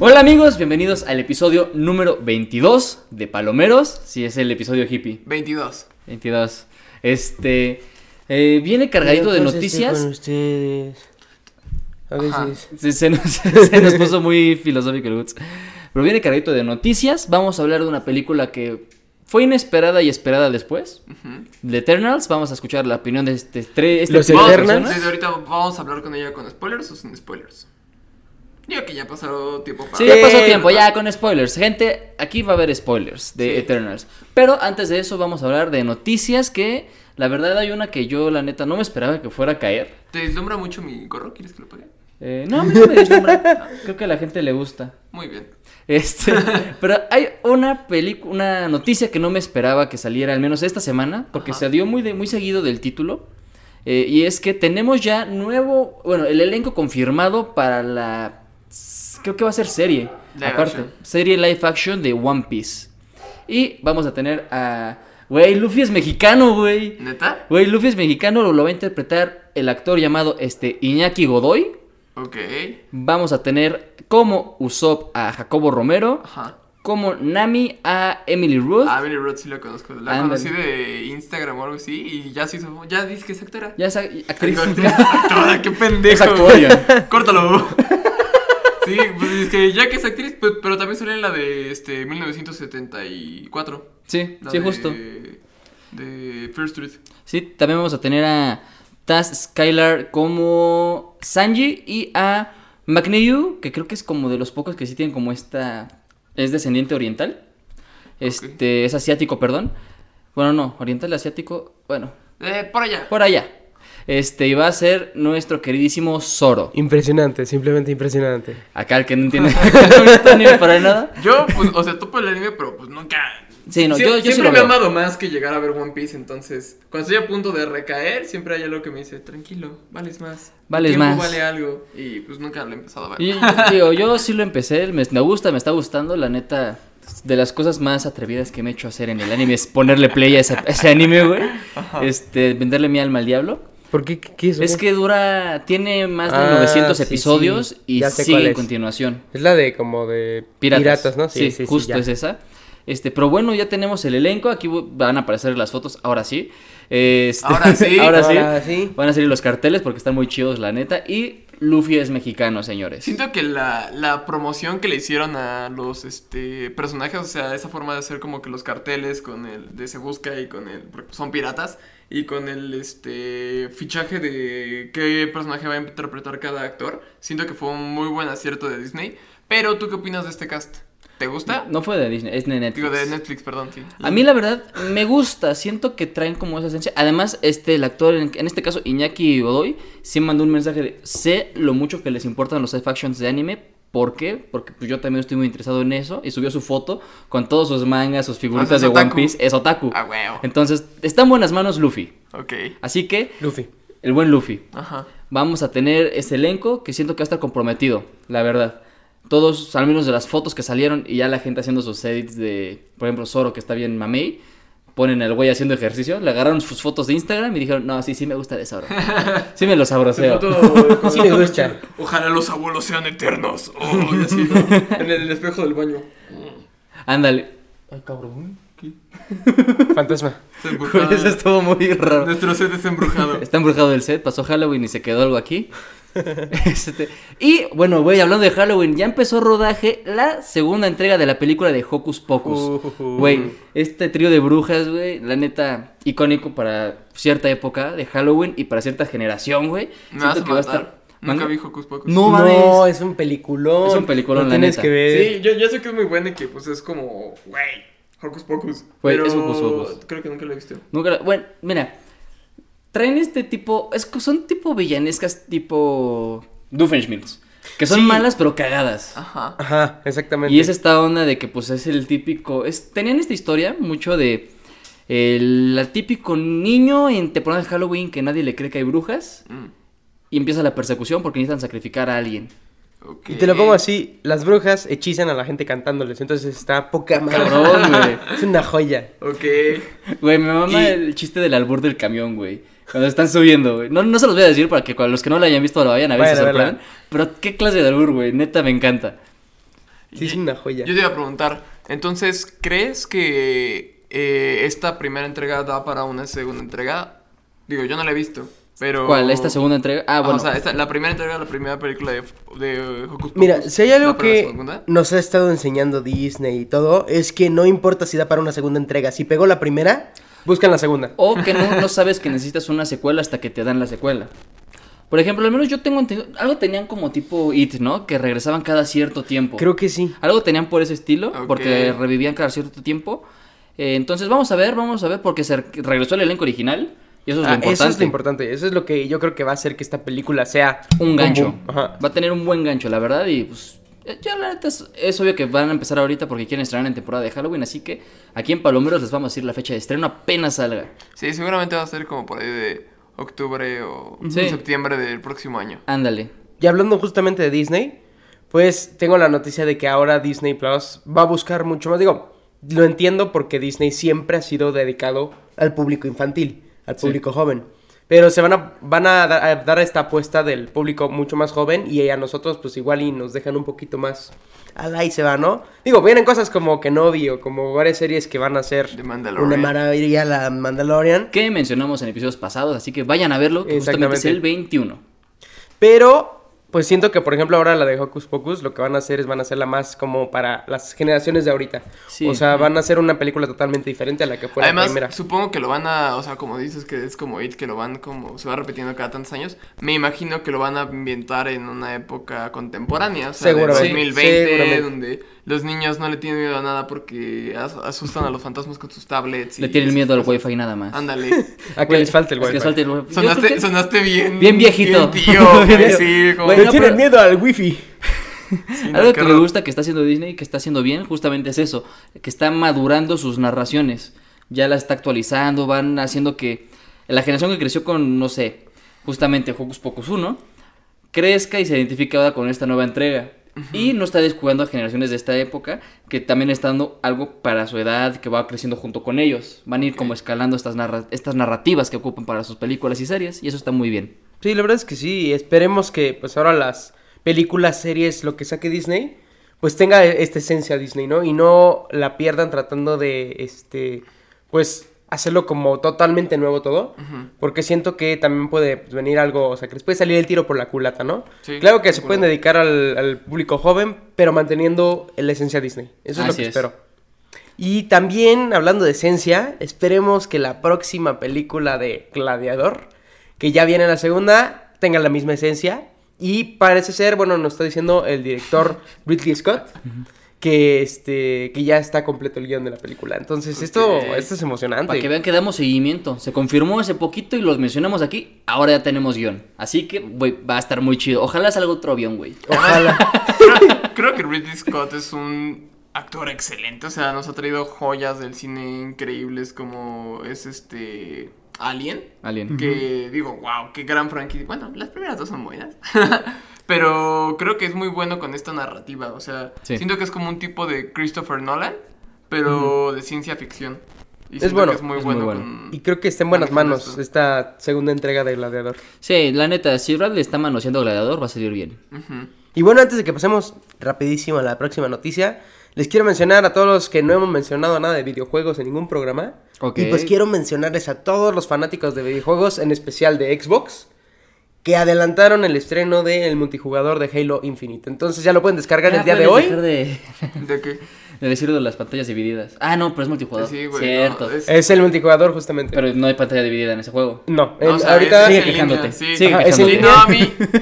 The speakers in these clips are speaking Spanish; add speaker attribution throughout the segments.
Speaker 1: Hola amigos, bienvenidos al episodio número 22 de Palomeros, si es el episodio hippie.
Speaker 2: 22.
Speaker 1: 22. Este eh, viene cargadito de
Speaker 3: Yo, pues, estoy
Speaker 1: noticias.
Speaker 3: Con ustedes. A
Speaker 2: Ajá.
Speaker 3: veces.
Speaker 1: Se, se nos, se nos puso muy filosófico el Guts. Pero viene cargadito de noticias. Vamos a hablar de una película que fue inesperada y esperada después.
Speaker 2: Ujú.
Speaker 1: The Eternals. Vamos a escuchar la opinión de este, tre- este
Speaker 3: Los
Speaker 1: tipo de
Speaker 3: Eternals.
Speaker 1: personas.
Speaker 2: Desde ahorita vamos a hablar con ella con spoilers o sin spoilers. Digo que ya pasó tiempo para.
Speaker 1: Sí, ya pasó
Speaker 3: Eh,
Speaker 1: tiempo, ya con spoilers. Gente, aquí va a haber spoilers de
Speaker 2: Sí.
Speaker 1: Eternals. Pero antes de eso vamos a hablar de noticias que la verdad hay una que yo la neta no me esperaba que fuera a caer.
Speaker 2: ¿Te deslumbra mucho mi gorro? ¿Quieres que lo pague?
Speaker 1: Eh, no, a mí no me deslumbra. Creo que a la gente le gusta.
Speaker 2: Muy bien.
Speaker 1: Este, pero hay una película, una noticia que no me esperaba que saliera al menos esta semana, porque
Speaker 2: Ajá.
Speaker 1: se dio muy de, muy seguido del título. eh, y es que tenemos ya nuevo, bueno, el elenco confirmado para la creo que va a ser serie,
Speaker 2: Live
Speaker 1: aparte,
Speaker 2: action.
Speaker 1: serie live action de One Piece. Y vamos a tener a güey, Luffy es mexicano, güey.
Speaker 2: ¿Neta?
Speaker 1: Güey, Luffy es mexicano, lo, lo va a interpretar el actor llamado este Iñaki Godoy.
Speaker 2: Ok.
Speaker 1: Vamos a tener como Usopp a Jacobo Romero
Speaker 2: Ajá.
Speaker 1: como Nami a Emily Ruth.
Speaker 2: A Emily Roth sí la conozco. La
Speaker 1: Ándale.
Speaker 2: conocí de Instagram o algo así y ya se hizo. Ya dices que es actora.
Speaker 1: Ya es a- actriz.
Speaker 2: Digo, actriz, actora, qué pendejo.
Speaker 1: Es actuaria.
Speaker 2: Córtalo. sí, pues es que ya que es actriz, pues, pero también salió en la de este 1974.
Speaker 1: Sí,
Speaker 2: la
Speaker 1: sí,
Speaker 2: de-
Speaker 1: justo.
Speaker 2: De Fear Street.
Speaker 1: Sí, también vamos a tener a Taz Skylar como Sanji y a McNeil, que creo que es como de los pocos que sí tienen como esta. Es descendiente oriental. Este, es asiático, perdón. Bueno, no, oriental, asiático, bueno,
Speaker 2: Eh, por allá.
Speaker 1: por allá. Este, y va a ser nuestro queridísimo Zoro.
Speaker 3: Impresionante, simplemente impresionante.
Speaker 1: Acá el que no entiende no está ni para nada.
Speaker 2: Yo, pues, o sea, topo el anime, pero pues nunca.
Speaker 1: Sí, no,
Speaker 2: Sie-
Speaker 1: yo, yo sí
Speaker 2: siempre
Speaker 1: lo
Speaker 2: me ha
Speaker 1: veo.
Speaker 2: amado más que llegar a ver One Piece, entonces cuando estoy a punto de recaer, siempre hay algo que me dice, tranquilo, vales más. El
Speaker 1: Vales
Speaker 2: tiempo
Speaker 1: más.
Speaker 2: vale algo. Y pues nunca lo he empezado a ver.
Speaker 1: Y, digo, yo sí lo empecé, me, me gusta, me está gustando, la neta. De las cosas más atrevidas que me he hecho hacer en el anime es ponerle play a, esa- a ese anime, güey. Este, venderle mi alma al diablo.
Speaker 3: ¿Por qué? ¿Qué qué es?
Speaker 1: Es
Speaker 3: güey?
Speaker 1: que dura, tiene más de
Speaker 3: Ah,
Speaker 1: 900
Speaker 3: sí,
Speaker 1: episodios
Speaker 3: sí,
Speaker 1: y
Speaker 3: ya sé
Speaker 1: sigue
Speaker 3: cuál
Speaker 1: en
Speaker 3: es.
Speaker 1: continuación.
Speaker 3: Es la de como de
Speaker 1: Piratas,
Speaker 3: piratas, ¿no?
Speaker 1: Sí, justo
Speaker 3: ya.
Speaker 1: es esa. Este, pero bueno, ya tenemos el elenco, aquí vu- van a aparecer las fotos, ahora sí. Este,
Speaker 2: Ahora sí.
Speaker 1: ahora sí.
Speaker 3: Ahora sí.
Speaker 1: Van a salir los carteles porque están muy chidos, la neta. Y Luffy es mexicano, señores.
Speaker 2: Siento que la, la promoción que le hicieron a los este, personajes, o sea, esa forma de hacer como que los carteles con el de Se Busca y con el. porque Son piratas. Y con el este fichaje de qué personaje va a interpretar cada actor. Siento que fue un muy buen acierto de Disney. Pero, ¿tú qué opinas de este cast? ¿Te gusta?
Speaker 1: Ah, No fue de Disney, es de Netflix.
Speaker 2: Digo, de Netflix, perdón, sí.
Speaker 1: A mí la verdad me gusta, siento que traen como esa esencia. Además, este el actor, en, en este caso Iñaki Godoy, sí mandó un mensaje de sé lo mucho que les importan los live actions de anime. ¿Por qué? Porque pues, yo también estoy muy interesado en eso y subió su foto con todos sus mangas, sus
Speaker 2: Ah,
Speaker 1: figuritas
Speaker 2: es
Speaker 1: de One
Speaker 2: otaku.
Speaker 1: Piece. Es otaku.
Speaker 2: Ah, huevo.
Speaker 1: Entonces, está en buenas manos Luffy.
Speaker 2: Ok.
Speaker 1: Así que,
Speaker 3: Luffy.
Speaker 1: el buen Luffy.
Speaker 2: Ajá.
Speaker 1: Vamos a tener ese elenco que siento que va a estar comprometido, la verdad. Todos, al menos de las fotos que salieron y ya la gente haciendo sus edits de, por ejemplo, Zoro que está bien mamey, ponen al güey haciendo ejercicio, le agarraron sus fotos de Instagram y dijeron, no, sí, sí me gusta de Zoro. Sí me lo sabroseo.
Speaker 3: Sí me gusta.
Speaker 2: Ojalá los abuelos sean eternos. Oh, y así, ¿no? En el espejo del baño.
Speaker 1: Ándale.
Speaker 3: Ay, cabrón. Fantasma.
Speaker 2: Se
Speaker 1: Güey, Eso estuvo muy raro.
Speaker 2: Nuestro set es embrujado.
Speaker 1: Está embrujado el set, pasó Halloween y se quedó algo aquí. Este, y bueno, güey, hablando de Halloween, ya empezó rodaje la segunda entrega de la película de Hocus Pocus.
Speaker 3: Uh,
Speaker 1: Güey, este trío de brujas, güey, la neta, icónico para cierta época de Halloween y para cierta generación, güey.
Speaker 2: Me vas a
Speaker 1: Siento que va a
Speaker 2: matar.
Speaker 1: estar.
Speaker 2: Nunca
Speaker 1: ¿Manda?
Speaker 2: vi Hocus Pocus.
Speaker 1: No
Speaker 3: No,
Speaker 1: mames.
Speaker 3: es un peliculón.
Speaker 1: Es un peliculón,
Speaker 3: Lo
Speaker 1: la
Speaker 3: tienes
Speaker 1: neta.
Speaker 3: que ver.
Speaker 2: Sí, yo, yo sé que es muy bueno y que pues es como, güey, Hocus Pocus.
Speaker 1: Güey,
Speaker 2: pero
Speaker 1: es Hocus Pocus.
Speaker 2: creo que nunca lo he visto.
Speaker 1: Nunca la- Bueno, mira. Traen este tipo. Es, que son tipo villanescas, tipo. Doofenshmirtz. Que son
Speaker 3: Sí.
Speaker 1: malas, pero cagadas.
Speaker 2: Ajá.
Speaker 3: Ajá, exactamente.
Speaker 1: Y es esta onda de que, pues, es el típico. Es, tenían esta historia mucho de. El, el típico niño en temporada de Halloween que nadie le cree que hay brujas.
Speaker 2: Mm,
Speaker 1: Y empieza la persecución porque necesitan sacrificar a alguien.
Speaker 2: ok.
Speaker 3: Y te lo pongo así, las brujas hechizan a la gente cantándoles, entonces está poca madre.
Speaker 1: Cabrón, güey.
Speaker 3: Es una joya.
Speaker 2: Ok.
Speaker 1: Güey, me mama
Speaker 3: Y-
Speaker 1: el chiste del albur del camión, güey. Cuando están subiendo, güey. No, no se los voy a decir para que cuando los que no lo hayan visto lo vayan a ver y
Speaker 3: Vayan
Speaker 1: se
Speaker 3: a verla.
Speaker 1: sorprendan. Pero qué clase de albur, güey. Neta, me encanta.
Speaker 3: Sí, es
Speaker 2: Y-
Speaker 3: una joya.
Speaker 2: Yo te iba a preguntar, entonces, ¿crees que eh, esta primera entrega da para una segunda entrega? Digo, yo no la he visto, pero...
Speaker 1: ¿Cuál? ¿Esta segunda entrega? Ah,
Speaker 2: Ah,
Speaker 1: bueno.
Speaker 2: Oh. O sea, esta- la primera entrega de la primera película de, de Hocus Pocus,
Speaker 3: Mira, si hay algo
Speaker 2: ¿da para la
Speaker 3: que
Speaker 2: segunda?
Speaker 3: nos ha estado enseñando Disney y todo, es que no importa si da para una segunda entrega. Si pegó la primera, buscan la segunda.
Speaker 1: O que no, no sabes que necesitas una secuela hasta que te dan la secuela. Por ejemplo, al menos yo tengo entendido. Algo tenían como tipo It, ¿no? Que regresaban cada cierto tiempo.
Speaker 3: Creo que sí.
Speaker 1: Algo tenían por ese estilo, porque
Speaker 2: Ok.
Speaker 1: revivían cada cierto tiempo. Eh, entonces, vamos a ver, vamos a ver, porque se re- regresó el elenco original. Y eso es lo
Speaker 3: Ah,
Speaker 1: importante.
Speaker 3: Eso es lo importante. Eso es lo que yo creo que va a hacer que esta película sea
Speaker 1: Un gancho.
Speaker 3: boom. Ajá.
Speaker 1: Va a tener un buen gancho, la verdad. Y pues, eh, ya la neta es, es obvio que van a empezar ahorita porque quieren estrenar en temporada de Halloween. Así que aquí en Palomeros les vamos a decir la fecha de estreno apenas salga.
Speaker 2: Sí, seguramente va a ser como por ahí de octubre o
Speaker 1: Sí.
Speaker 2: septiembre del próximo año.
Speaker 1: Ándale.
Speaker 3: Y hablando justamente de Disney, pues tengo la noticia de que ahora Disney Plus va a buscar mucho más. Digo, lo entiendo porque Disney siempre ha sido dedicado al público infantil, al
Speaker 1: Sí.
Speaker 3: público joven. Pero se van a, van a, dar, a dar esta apuesta del público mucho más joven y a nosotros pues igual y nos dejan un poquito más al ahí se va, ¿no? Digo, vienen cosas como Kenobi o como varias series que van a ser
Speaker 2: The
Speaker 3: una
Speaker 2: Mandalorian.
Speaker 3: maravilla la Mandalorian.
Speaker 1: Que mencionamos en episodios pasados. Así que vayan a verlo. Que justamente es
Speaker 3: Exactamente.
Speaker 1: el 21.
Speaker 3: Pero, pues siento que, por ejemplo, ahora la de Hocus Pocus, lo que van a hacer es van a hacerla más como para las generaciones de ahorita.
Speaker 1: Sí.
Speaker 3: o sea, van a hacer una película totalmente diferente a la que fue
Speaker 2: Además,
Speaker 3: la primera.
Speaker 2: supongo que lo van a, o sea, como dices que es como It, que lo van como, se va repitiendo cada tantos años, me imagino que lo van a ambientar en una época contemporánea, o sea, de
Speaker 3: Seguramente.
Speaker 2: 2020,
Speaker 3: Seguramente.
Speaker 2: donde los niños no le tienen miedo a nada porque as- asustan a los fantasmas con sus tablets. y
Speaker 1: Le tienen
Speaker 2: esas
Speaker 1: miedo al
Speaker 2: cosas.
Speaker 1: wifi nada más.
Speaker 2: Ándale.
Speaker 3: A Ah, que
Speaker 1: Güey,
Speaker 3: les falte el
Speaker 1: es que
Speaker 3: wifi.
Speaker 1: les falte el wifi. Yo
Speaker 2: Sonaste,
Speaker 1: creo que-
Speaker 2: sonaste bien.
Speaker 1: Bien viejito.
Speaker 2: bien tío,
Speaker 1: Bien
Speaker 2: güey,
Speaker 1: tío.
Speaker 2: sí, como... "Ah,
Speaker 1: Bueno,
Speaker 2: pues,
Speaker 3: Le
Speaker 1: pero-
Speaker 3: tienen miedo al wifi.
Speaker 2: sí, no,
Speaker 1: Algo
Speaker 2: qué
Speaker 1: que me
Speaker 2: horror.
Speaker 1: gusta que está haciendo Disney, que está haciendo bien, justamente es eso, que está madurando sus narraciones, ya la está actualizando, van haciendo que la generación que creció con, no sé, justamente Hocus Pocus 1, crezca y se identifique ahora con esta nueva entrega. Y no está descuidando a generaciones de esta época que también está dando algo para su edad que va creciendo junto con ellos. Van a ir como escalando estas, narra- estas narrativas que ocupan para sus películas y series y eso está muy bien.
Speaker 3: Sí, la verdad es que sí. Esperemos que, pues ahora las películas, series, lo que saque Disney, pues tenga e- esta esencia Disney, ¿no? Y no la pierdan tratando de, este, pues hacerlo como totalmente nuevo todo.
Speaker 2: Ujú.
Speaker 3: Porque siento que también puede pues, venir algo, o sea, que les puede salir el tiro por la culata, ¿no?
Speaker 2: Sí,
Speaker 3: claro que
Speaker 2: de
Speaker 3: se
Speaker 2: acuerdo.
Speaker 3: pueden dedicar al, al público joven, pero manteniendo la esencia Disney. Eso es lo
Speaker 1: Así
Speaker 3: que
Speaker 1: es.
Speaker 3: espero. Y también, hablando de esencia, esperemos que la próxima película de Gladiador, que ya viene la segunda, tenga la misma esencia. Y parece ser, bueno, nos está diciendo el director Ridley Scott, que este que ya está completo el guión de la película. Entonces, esto,
Speaker 2: Ok.
Speaker 3: esto es emocionante.
Speaker 1: Para que vean que damos seguimiento. Se confirmó hace poquito y los mencionamos aquí. Ahora ya tenemos guión. Así que, güey, va a estar muy chido. Ojalá salga otro avión, güey.
Speaker 3: Ojalá.
Speaker 2: creo, Ah, creo que Ridley Scott es un actor excelente. O sea, nos ha traído joyas del cine increíbles como es este Alien.
Speaker 1: Alien.
Speaker 2: Que digo, wow, qué gran franquicia. Bueno, las primeras dos son buenas. pero creo que es muy bueno con esta narrativa. O sea,
Speaker 1: Sí.
Speaker 2: siento que es como un tipo de Christopher Nolan, pero de ciencia ficción. Y
Speaker 3: Es
Speaker 2: siento que
Speaker 3: bueno.
Speaker 2: es muy
Speaker 1: Es muy
Speaker 2: bueno.
Speaker 1: bueno.
Speaker 2: con-
Speaker 3: Y creo que está en buenas
Speaker 2: manejando
Speaker 3: manos
Speaker 2: esto.
Speaker 3: esta segunda entrega de Gladiador.
Speaker 1: Sí, la neta, si Brad le está manoseando gladiador, va a salir bien.
Speaker 2: Ujú.
Speaker 3: Y bueno, antes de que pasemos rapidísimo a la próxima noticia, les quiero mencionar a todos los que no hemos mencionado nada de videojuegos en ningún programa.
Speaker 1: Ok.
Speaker 3: Y pues quiero mencionarles a todos los fanáticos de videojuegos, en especial de Xbox, que adelantaron el estreno del multijugador de Halo Infinite. Entonces ya lo pueden descargar el
Speaker 1: Ya
Speaker 3: día Ah, de
Speaker 1: puedes
Speaker 3: hoy.
Speaker 1: dejar De,
Speaker 2: ¿De qué?
Speaker 1: de decirlo de las pantallas divididas. Ah, no, pero es multijugador.
Speaker 2: Sí, güey,
Speaker 1: Cierto.
Speaker 2: no, es-
Speaker 3: Es el multijugador justamente.
Speaker 1: Pero no hay pantalla dividida en ese juego.
Speaker 3: No,
Speaker 2: No,
Speaker 3: el-
Speaker 2: o sea,
Speaker 3: ahorita...
Speaker 2: es-
Speaker 1: Sigue
Speaker 2: en línea,
Speaker 1: quejándote.
Speaker 2: sí. Ah,
Speaker 1: Sigue
Speaker 3: Ajá, es en
Speaker 2: Sí,
Speaker 1: quejándote.
Speaker 2: no,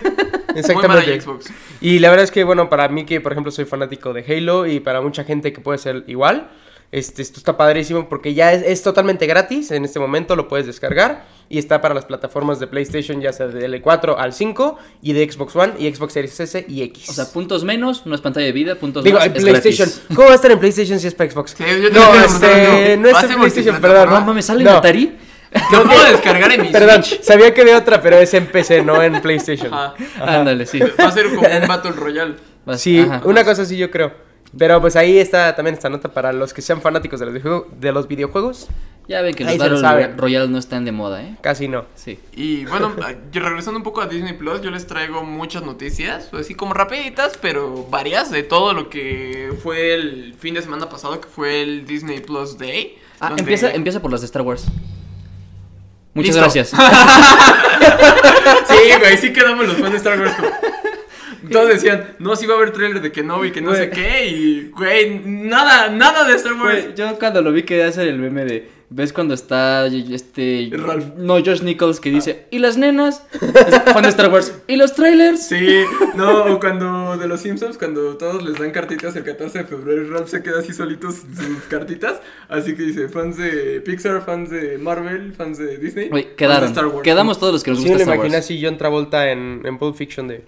Speaker 2: a mí. Muy mala
Speaker 3: Exactamente.
Speaker 2: Xbox.
Speaker 3: Y la verdad es que, bueno, para mí que, por ejemplo, soy fanático de Halo y para mucha gente que puede ser igual, este, esto está padrísimo porque ya es, es totalmente gratis, en este momento lo puedes descargar y está para las plataformas de PlayStation, ya sea del 4 al 5 y de Xbox One y Xbox Series S y X.
Speaker 1: O sea, puntos menos, no es pantalla dividida, puntos
Speaker 3: Digo,
Speaker 1: más.
Speaker 3: en
Speaker 1: es
Speaker 3: PlayStation.
Speaker 1: gratis.
Speaker 3: ¿Cómo va a estar en PlayStation si es para Xbox?
Speaker 2: Sí, yo también
Speaker 3: no,
Speaker 2: quiero
Speaker 3: este,
Speaker 2: preguntar, ¿no?
Speaker 3: no
Speaker 2: ¿Va a
Speaker 3: está
Speaker 2: ser
Speaker 3: en PlayStation,
Speaker 2: multiplataforma?
Speaker 3: perdón.
Speaker 1: No mames, sale en
Speaker 3: No,
Speaker 1: Atari.
Speaker 2: Lo puedo descargar en mi
Speaker 3: Perdón,
Speaker 2: Switch.
Speaker 3: sabía que había otra, pero es en PC, no en PlayStation.
Speaker 2: Ajá.
Speaker 1: Ándale, sí.
Speaker 2: Va a ser como un Battle Royale.
Speaker 1: Vas-
Speaker 3: Sí,
Speaker 1: ajá.
Speaker 3: una cosa sí yo creo. Pero pues ahí está también esta nota para los que sean fanáticos de los, videojuego- de los videojuegos.
Speaker 1: Ya ven que los
Speaker 3: Ahí se lo
Speaker 1: Battle
Speaker 3: saben.
Speaker 1: Royale no están de moda, ¿eh?
Speaker 3: Casi no.
Speaker 1: Sí.
Speaker 2: Y bueno, y regresando un poco a Disney Plus, yo les traigo muchas noticias, pues, así como rapiditas, pero varias de todo lo que fue el fin de semana pasado, que fue el Disney Plus Day.
Speaker 1: Ah,
Speaker 2: donde-
Speaker 1: empieza, empieza por las de Star Wars. Muchas
Speaker 2: Listo.
Speaker 1: gracias.
Speaker 2: Sí, güey, sí quedamos los fans de Star Wars. como- Todos decían, no, sí va a haber trailer de Kenobi, que no sé qué, y güey, nada, nada de Star Wars.
Speaker 1: Güey, pues, yo cuando lo vi quería hacer el meme de. ¿Ves cuando está este.
Speaker 2: Ralph.
Speaker 1: No, Josh Nichols que dice. ¿Y las nenas? Es Fan de Star Wars. Ah. ¿Y los trailers?
Speaker 2: Sí, no, o cuando de los Simpsons, cuando todos les dan cartitas el 14 de febrero y Ralph se queda así solito sin sus cartitas. Así que dice, fans de Pixar, fans de Marvel, fans de Disney.
Speaker 1: Güey,
Speaker 2: fans de Star
Speaker 1: quedaron.
Speaker 2: Wars.
Speaker 1: Quedamos todos los que nos
Speaker 3: Sí,
Speaker 1: gusta
Speaker 3: me lo
Speaker 1: Star
Speaker 3: imaginé
Speaker 1: Wars.
Speaker 3: así John Travolta en, en Pulp Fiction de...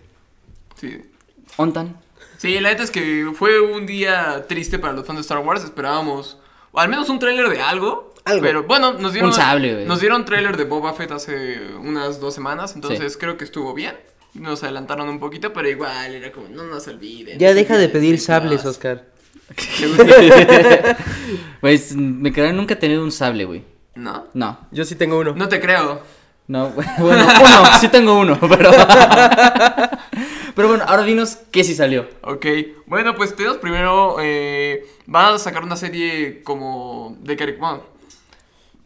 Speaker 2: Sí.
Speaker 1: Ontan.
Speaker 2: Sí, la neta es que fue un día triste para los fans de Star Wars. Esperábamos o al menos un tráiler de algo.
Speaker 3: Algo.
Speaker 2: Pero bueno, nos dieron.
Speaker 1: Un sable, güey.
Speaker 2: Nos dieron tráiler de Boba Fett hace unas dos semanas. Entonces creo que estuvo bien. Nos adelantaron un poquito, pero igual era como, no nos olviden.
Speaker 3: Ya
Speaker 2: Sí,
Speaker 3: deja de
Speaker 2: sí,
Speaker 3: pedir
Speaker 2: sí,
Speaker 3: sables,
Speaker 2: más.
Speaker 3: Oscar.
Speaker 1: Güey, s- me quedaría nunca tener un sable, güey.
Speaker 2: ¿No?
Speaker 1: No.
Speaker 3: Yo sí tengo uno.
Speaker 2: No te creo.
Speaker 1: No, bueno, uno. Sí tengo uno, pero. Pero bueno, ahora dinos qué sí salió.
Speaker 2: Ok, bueno, pues tenemos primero. Eh, van a sacar una serie como. de cari- bueno,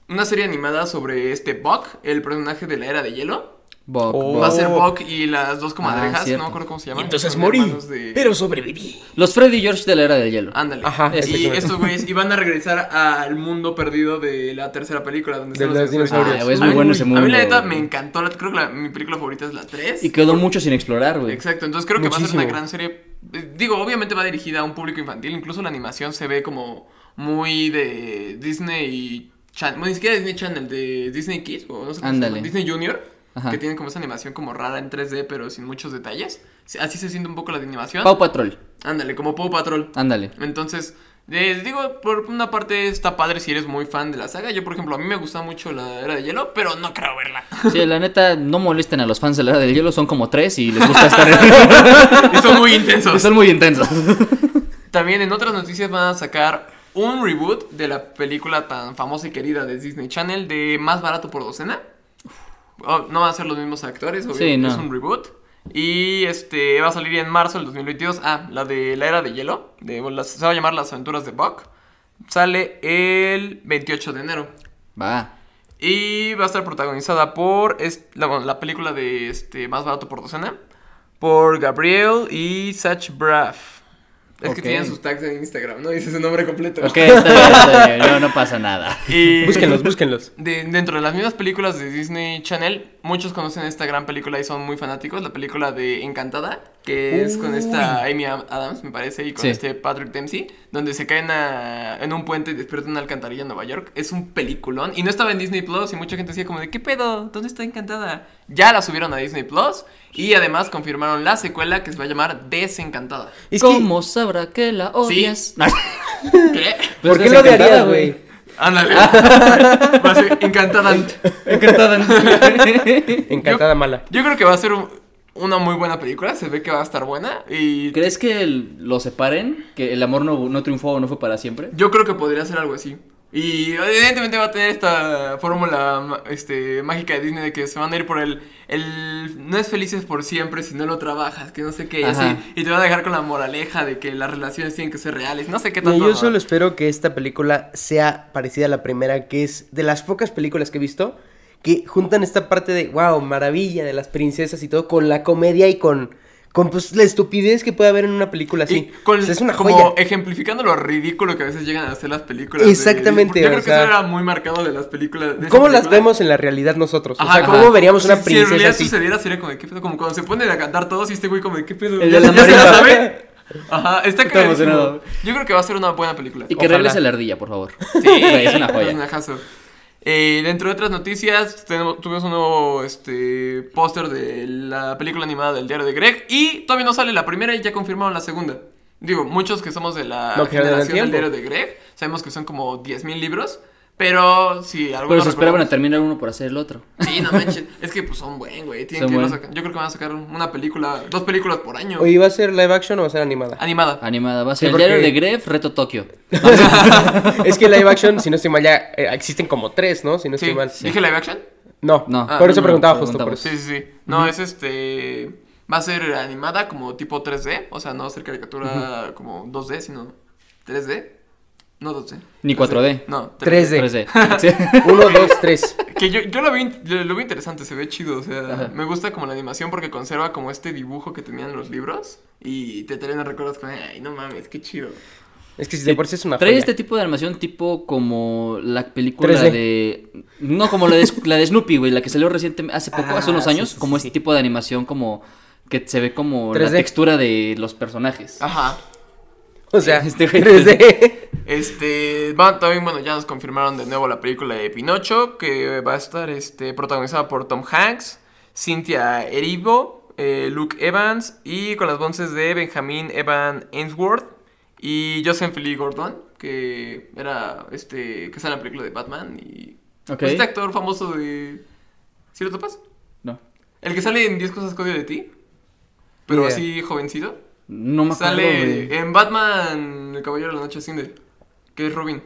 Speaker 2: Una serie animada sobre este Buck, el personaje de la era de hielo.
Speaker 1: Bok,
Speaker 3: Oh.
Speaker 1: Bok.
Speaker 2: Va a ser Buck y las dos
Speaker 1: Ah,
Speaker 2: comadrejas,
Speaker 1: cierto.
Speaker 2: no me acuerdo cómo se
Speaker 4: Y
Speaker 2: llaman.
Speaker 4: entonces
Speaker 2: son
Speaker 4: morí,
Speaker 2: hermanos de-
Speaker 4: pero sobreviví.
Speaker 1: Los Freddy George de la era del hielo.
Speaker 2: Ándale.
Speaker 3: Ajá,
Speaker 2: y
Speaker 3: exactamente.
Speaker 2: estos güeyes iban a regresar al mundo perdido de la tercera película donde
Speaker 3: De
Speaker 2: están
Speaker 3: los dinosaurios.
Speaker 1: Ah, güey, es
Speaker 2: A
Speaker 1: muy
Speaker 2: mí-
Speaker 1: bueno ese
Speaker 2: A mí
Speaker 1: mundo,
Speaker 2: la neta
Speaker 1: güey.
Speaker 2: me encantó, la- creo que la- mi película favorita es la 3.
Speaker 1: Y quedó mucho sin explorar, güey.
Speaker 2: Exacto, entonces creo que va a ser
Speaker 3: Muchísimo.
Speaker 2: una gran serie. Eh, Digo, obviamente va dirigida a un público infantil, incluso la animación se ve como muy de Disney Channel, bueno, ni siquiera Disney Channel, de Disney Kids, o no sé cómo se
Speaker 1: Ándale.
Speaker 2: llama, Disney Junior,
Speaker 1: Ajá.
Speaker 2: que tienen como esa animación como rara en 3D, pero sin muchos detalles. Sí, Así se siente un poco la animación.
Speaker 1: Pau Patrol.
Speaker 2: Ándale, como Paw Patrol.
Speaker 1: Ándale.
Speaker 2: Entonces, eh, digo, por una parte está padre si eres muy fan de la saga. Yo, por ejemplo, a mí me gusta mucho la era de hielo, pero no creo verla.
Speaker 1: Sí, la neta, no molesten a los fans de la Edad del hielo, son como tres y les gusta estar en...
Speaker 2: Y son muy intensos.
Speaker 1: son muy intensos.
Speaker 2: También en otras noticias van a sacar un reboot de la película tan famosa y querida de Disney Channel de Más Barato por Docena. Oh, no van a ser los mismos actores, obvio,
Speaker 1: Sí, no.
Speaker 2: es un reboot. Y este va a salir en marzo del 2022. Ah, la de la era de hielo. De, bueno, las- se va a llamar Las aventuras de Buck. Sale el 28 de enero.
Speaker 1: Va.
Speaker 2: Y va a estar protagonizada por es- la, bueno, la película de este Más Barato por Docena. Por Gabriel y Sach Braff. Es que
Speaker 1: Ok.
Speaker 2: tienen sus tags en Instagram, ¿no? Dice su nombre completo.
Speaker 1: Ok, está bien, está bien, No, no pasa nada.
Speaker 2: Y
Speaker 3: Búsquenlos, búsquenlos.
Speaker 2: de- dentro de las mismas películas de Disney Channel, muchos conocen esta gran película y son muy fanáticos. La película de Encantada, que es con esta Amy Ad- Adams, me parece, y con
Speaker 1: Sí.
Speaker 2: este Patrick Dempsey, donde se caen a- en un puente y despiertan en una alcantarilla en Nueva York. Es un peliculón. Y no estaba en Disney Plus y mucha gente decía como de, ¿qué pedo? ¿Dónde está Encantada? Ya la subieron a Disney Plus y además confirmaron la secuela que se va a llamar Desencantada.
Speaker 3: Es que-
Speaker 1: ¿Cómo sabrá que la odias? No,
Speaker 2: ¿Qué?
Speaker 1: pues
Speaker 3: ¿Por qué lo
Speaker 1: desencantada,
Speaker 3: odiarías, güey?
Speaker 2: Ándale. va a ser Encantada.
Speaker 1: Encantada.
Speaker 3: Encantada mala.
Speaker 2: Yo creo que va a ser un- una muy buena película, se ve que va a estar buena y
Speaker 1: ¿Crees que el- lo separen? ¿Que el amor no, no triunfó o no fue para siempre?
Speaker 2: yo creo que podría ser algo así. Y evidentemente va a tener esta fórmula ma- este, mágica de Disney de que se van a ir por el, el no es felices por siempre si no lo trabajas, que no sé qué, y
Speaker 1: Ajá.
Speaker 2: así, y te van a dejar con la moraleja de que las relaciones tienen que ser reales, no sé qué
Speaker 3: Mira,
Speaker 2: tanto.
Speaker 3: yo solo espero que esta película sea parecida a la primera, que es de las pocas películas que he visto que juntan esta parte de wow, maravilla de las princesas y todo con la comedia y con con pues la estupidez que puede haber en una
Speaker 2: Y
Speaker 3: película así.
Speaker 2: con-
Speaker 3: O sea, es una
Speaker 2: como
Speaker 3: joya.
Speaker 2: ejemplificando lo ridículo que a veces llegan a hacer las películas. de-
Speaker 3: Exactamente,
Speaker 2: yo
Speaker 3: o
Speaker 2: creo que
Speaker 3: sea-
Speaker 2: eso era muy marcado de las películas. de esa
Speaker 3: ¿Cómo las
Speaker 2: película.
Speaker 3: vemos en la realidad nosotros? o
Speaker 2: Ajá,
Speaker 3: sea,
Speaker 2: como-
Speaker 3: ¿cómo veríamos
Speaker 2: si-
Speaker 3: una
Speaker 2: Si en
Speaker 3: princesa
Speaker 2: realidad
Speaker 3: así?
Speaker 2: sucediera, sería como de qué pedo. Como cuando se ponen a cantar todos y este güey, como de qué pedo.
Speaker 1: El
Speaker 2: ¿Ya,
Speaker 1: de la
Speaker 2: ya se la
Speaker 1: marimba.
Speaker 2: sabe? Ajá, está
Speaker 1: Está
Speaker 2: cagadísimo.
Speaker 1: emocionado.
Speaker 2: Yo creo que va a ser una buena película.
Speaker 1: Y que
Speaker 3: Ojalá.
Speaker 1: regrese la ardilla, por favor.
Speaker 2: Sí,
Speaker 1: Güey, es una joya.
Speaker 2: personajazo. Eh, dentro de otras noticias, tenemos, tuvimos un nuevo este, póster de la película animada del diario de Greg. Y todavía no sale la primera y ya confirmaron la segunda. Digo, muchos que somos de la
Speaker 3: No pierdan el
Speaker 1: pues,
Speaker 2: generación del diario
Speaker 3: tiempo.
Speaker 2: de Greg, sabemos que son como 10.000 libros. Pero si alguno
Speaker 1: Pero se esperaban a
Speaker 2: recordamos-
Speaker 1: terminar uno por hacer el otro.
Speaker 2: Sí, no manchen. Es que pues son buen, güey.
Speaker 1: Son
Speaker 2: Tienen que irlo
Speaker 1: buen.
Speaker 2: saca- Yo creo que van a sacar una película, dos películas por año.
Speaker 3: Oye, ¿va a ser live action o va a ser animada?
Speaker 2: Animada.
Speaker 1: Animada, va a
Speaker 3: Sí,
Speaker 1: ser el
Speaker 3: porque-
Speaker 1: diario de Gref, Reto Tokio.
Speaker 3: es que live action, si no estoy mal, ya eh, existen como tres, ¿no? Si no estoy
Speaker 2: Sí.
Speaker 3: mal.
Speaker 2: ¿Dije live action?
Speaker 3: No,
Speaker 1: No.
Speaker 3: por eso
Speaker 1: Ah, no,
Speaker 3: preguntaba
Speaker 1: no,
Speaker 3: justo por
Speaker 1: preguntamos.
Speaker 3: eso.
Speaker 2: Sí, sí, sí. No, es este. Va a ser animada como tipo 3D. O sea, no va a ser caricatura como 2D, sino 3D. No 2D.
Speaker 1: Ni 4D.
Speaker 2: No, 3D.
Speaker 3: 3D.
Speaker 1: 3D. Sí.
Speaker 3: Uno, dos, tres.
Speaker 2: Que yo, yo lo vi, in- lo vi interesante, se ve chido, o sea,
Speaker 1: Ajá.
Speaker 2: me gusta como la animación porque conserva como este dibujo que tenían los libros y te traen recuerdos con, ay, no mames, qué chido.
Speaker 3: Es que si de por sí es una
Speaker 1: Trae
Speaker 3: joya.
Speaker 1: este tipo de animación tipo como la película
Speaker 3: 3D.
Speaker 1: de... No, como la de, la de Snoopy, güey, la que salió recientemente, hace poco,
Speaker 3: Ah,
Speaker 1: hace unos
Speaker 3: sí,
Speaker 1: años,
Speaker 3: sí, sí,
Speaker 1: como
Speaker 3: sí.
Speaker 1: este tipo de animación como que se ve como la
Speaker 3: 3D.
Speaker 1: textura de los personajes.
Speaker 2: Ajá.
Speaker 3: O sea,
Speaker 1: este güey-
Speaker 3: 3D.
Speaker 2: Este, va, también, bueno, ya nos confirmaron de nuevo la película de Pinocho, que va a estar este, protagonizada por Tom Hanks, Cynthia Erivo, eh, Luke Evans y con las voces de Benjamin Evan Ainsworth y Joseph Lee Gordon, que era este, que sale en la película de Batman y
Speaker 1: Ok.
Speaker 2: este actor famoso de... ¿Sí lo topas?
Speaker 1: No.
Speaker 2: El que sale en 10 cosas que odio de ti, pero
Speaker 3: Ni idea.
Speaker 2: así jovencito.
Speaker 1: No me acuerdo,
Speaker 2: Sale
Speaker 1: güey.
Speaker 2: en Batman, El Caballero de la Noche Asciende, que es Robin.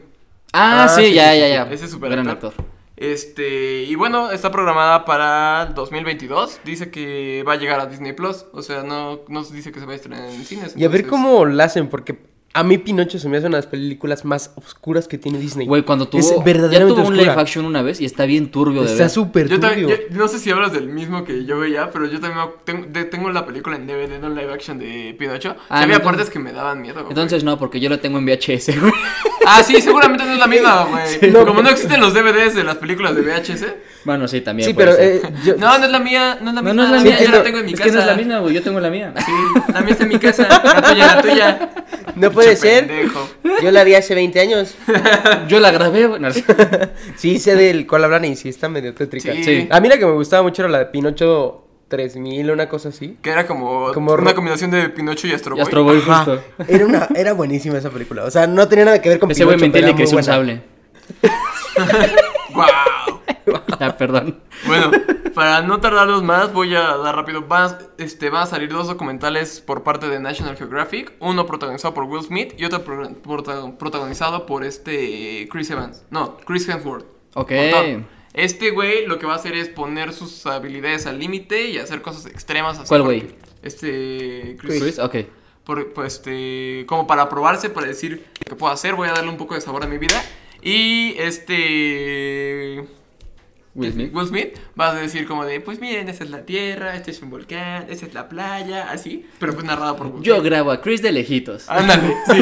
Speaker 1: Ah,
Speaker 3: Ah,
Speaker 1: sí,
Speaker 3: sí,
Speaker 1: ya,
Speaker 3: sí,
Speaker 1: ya,
Speaker 3: sí,
Speaker 1: ya.
Speaker 2: sí. Ese es
Speaker 1: Gran
Speaker 2: superactor.
Speaker 1: actor.
Speaker 2: Este, y bueno, está programada para 2022. Dice que va a llegar a Disney Plus. O sea, no, no se dice que se va a estrenar en cines.
Speaker 3: Y a ver
Speaker 2: entonces-
Speaker 3: cómo la hacen, porque a mí Pinocho se me hace una de las películas más oscuras que tiene Disney.
Speaker 1: Güey, cuando tuvo...
Speaker 3: Es
Speaker 1: ya
Speaker 3: verdaderamente
Speaker 1: tuvo un live
Speaker 3: oscura.
Speaker 1: action una vez y está bien turbio de
Speaker 3: Está
Speaker 1: ver.
Speaker 3: súper
Speaker 2: Yo también,
Speaker 3: turbio.
Speaker 2: yo- no sé si hablas del mismo que yo veía, pero yo también tengo, de- tengo la película en DVD, no en live action de Pinocho.
Speaker 1: Ah,
Speaker 2: Y
Speaker 1: no,
Speaker 2: había
Speaker 1: entonces-
Speaker 2: partes que me daban miedo. güey.
Speaker 1: Entonces no, porque yo la tengo en VHS, güey.
Speaker 2: Ah, sí, seguramente no es la misma, güey.
Speaker 3: no,
Speaker 2: Como
Speaker 3: pero-
Speaker 2: no existen los DVDs de las películas de VHS.
Speaker 1: Bueno, sí, también.
Speaker 3: Sí,
Speaker 1: puede
Speaker 3: pero...
Speaker 1: ser.
Speaker 3: eh, yo-
Speaker 2: No, no es la mía, no es la
Speaker 1: No,
Speaker 2: misma.
Speaker 1: no es la
Speaker 3: Sí,
Speaker 1: mía.
Speaker 2: Yo la
Speaker 3: entiendo.
Speaker 2: tengo en mi
Speaker 1: es
Speaker 2: casa.
Speaker 1: que no es la misma, güey. Yo tengo la mía.
Speaker 2: Sí, la mía está en mi casa. La tuya, la tuya.
Speaker 3: No puede
Speaker 2: Pinche
Speaker 3: ser.
Speaker 2: pendejo.
Speaker 3: Yo la vi hace 20 años.
Speaker 1: Yo la grabé, güey. No,
Speaker 3: Sí, sé del cual hablan y sí está medio tétrica.
Speaker 2: Sí.
Speaker 1: Sí.
Speaker 3: A mí la que me gustaba mucho era la de Pinocho 3000 o una cosa así.
Speaker 2: Que era como,
Speaker 3: Como
Speaker 2: una
Speaker 3: ro-
Speaker 2: combinación de Pinocho y Astro
Speaker 1: Y Astro Boy justo.
Speaker 3: Era, una, era buenísima esa película. O sea, no tenía nada que ver con
Speaker 1: Ese güey
Speaker 3: Pinocho,
Speaker 1: mentía
Speaker 3: pero
Speaker 1: y le
Speaker 3: era muy
Speaker 1: creció un
Speaker 3: buena.
Speaker 1: sable.
Speaker 2: ¡Wow!
Speaker 1: Ah, perdón.
Speaker 2: Bueno, para no tardarnos más, voy a dar rápido. Van, este, van a salir dos documentales por parte de National Geographic. Uno protagonizado por Will Smith y otro pro- prota- protagonizado por este Chris Evans. No, Chris Hemsworth.
Speaker 1: Ok.
Speaker 2: Actor. Este güey lo que va a hacer es poner sus habilidades al límite y hacer cosas extremas. así
Speaker 1: ¿Cuál
Speaker 2: porque-
Speaker 1: güey?
Speaker 2: Este.
Speaker 1: Chris, ok.
Speaker 2: por- pues, este, como para probarse, para decir que puedo hacer, voy a darle un poco de sabor a mi vida. Y este
Speaker 1: Will Smith.
Speaker 2: Will Smith va a decir como de, pues miren, esta es la tierra, este es un volcán, esta es la playa, así, pero pues narrada por Will
Speaker 1: Yo
Speaker 2: Smith.
Speaker 1: grabo a Chris de lejitos.
Speaker 2: Ándale, sí.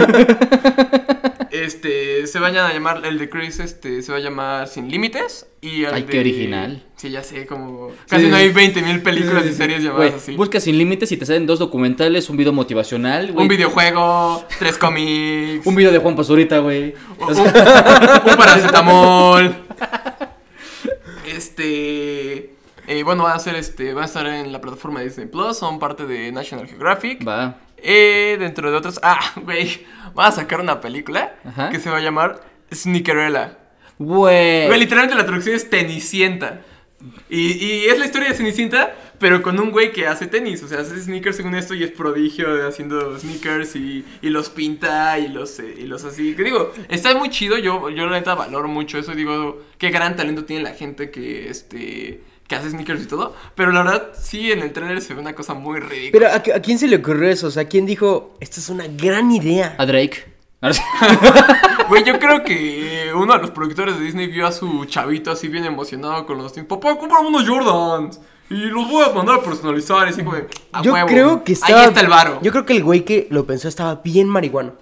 Speaker 2: Este, se vayan a llamar, el de Chris, este, se va a llamar Sin Límites y el
Speaker 1: Ay,
Speaker 2: de-
Speaker 1: qué original.
Speaker 2: Sí, ya sé, como, casi
Speaker 1: sí,
Speaker 2: no
Speaker 1: sí.
Speaker 2: hay 20 mil películas
Speaker 1: Sí, sí,
Speaker 2: y
Speaker 1: sí.
Speaker 2: series llamadas
Speaker 1: Güey,
Speaker 2: así.
Speaker 1: Busca sin límites y te salen dos documentales, un video motivacional, güey.
Speaker 2: Un videojuego, tres cómics.
Speaker 1: Un video de Juan Pazurita, güey.
Speaker 2: un, un paracetamol. Este. eh, bueno, va a ser este. Va a estar en la plataforma de Disney Plus. Son parte de National Geographic.
Speaker 1: Va.
Speaker 2: Eh, dentro de otros. Ah, güey. Van a sacar una película
Speaker 1: Ajá. Eh.
Speaker 2: que se va a llamar Sneakerella. Güey,
Speaker 1: Güey.
Speaker 2: literalmente la traducción es Tenisienta. Y, y es la historia de Cenicienta, pero con un güey que hace tenis. O sea, hace sneakers según esto y es prodigio de haciendo sneakers y, y los pinta y los, eh, y los así. Que digo, está muy chido. Yo, yo la neta valoro mucho eso. y Digo, qué gran talento tiene la gente que este que hace sneakers y todo. Pero la verdad, sí, en el trailer se ve una cosa muy ridícula.
Speaker 3: Pero ¿a, qué- a quién se le ocurrió eso? O sea, ¿quién dijo, esta es una gran idea?
Speaker 1: A Drake. No,
Speaker 2: Güey, yo creo que uno de los productores de Disney vio a su chavito así bien emocionado con los tenis. Papá, compra unos Jordans. Y los voy a mandar a personalizar. Y así como, de, a
Speaker 3: yo
Speaker 2: huevo.
Speaker 3: creo que estaba...
Speaker 2: Ahí está el varo.
Speaker 3: Yo creo que el güey que lo pensó estaba bien marihuano.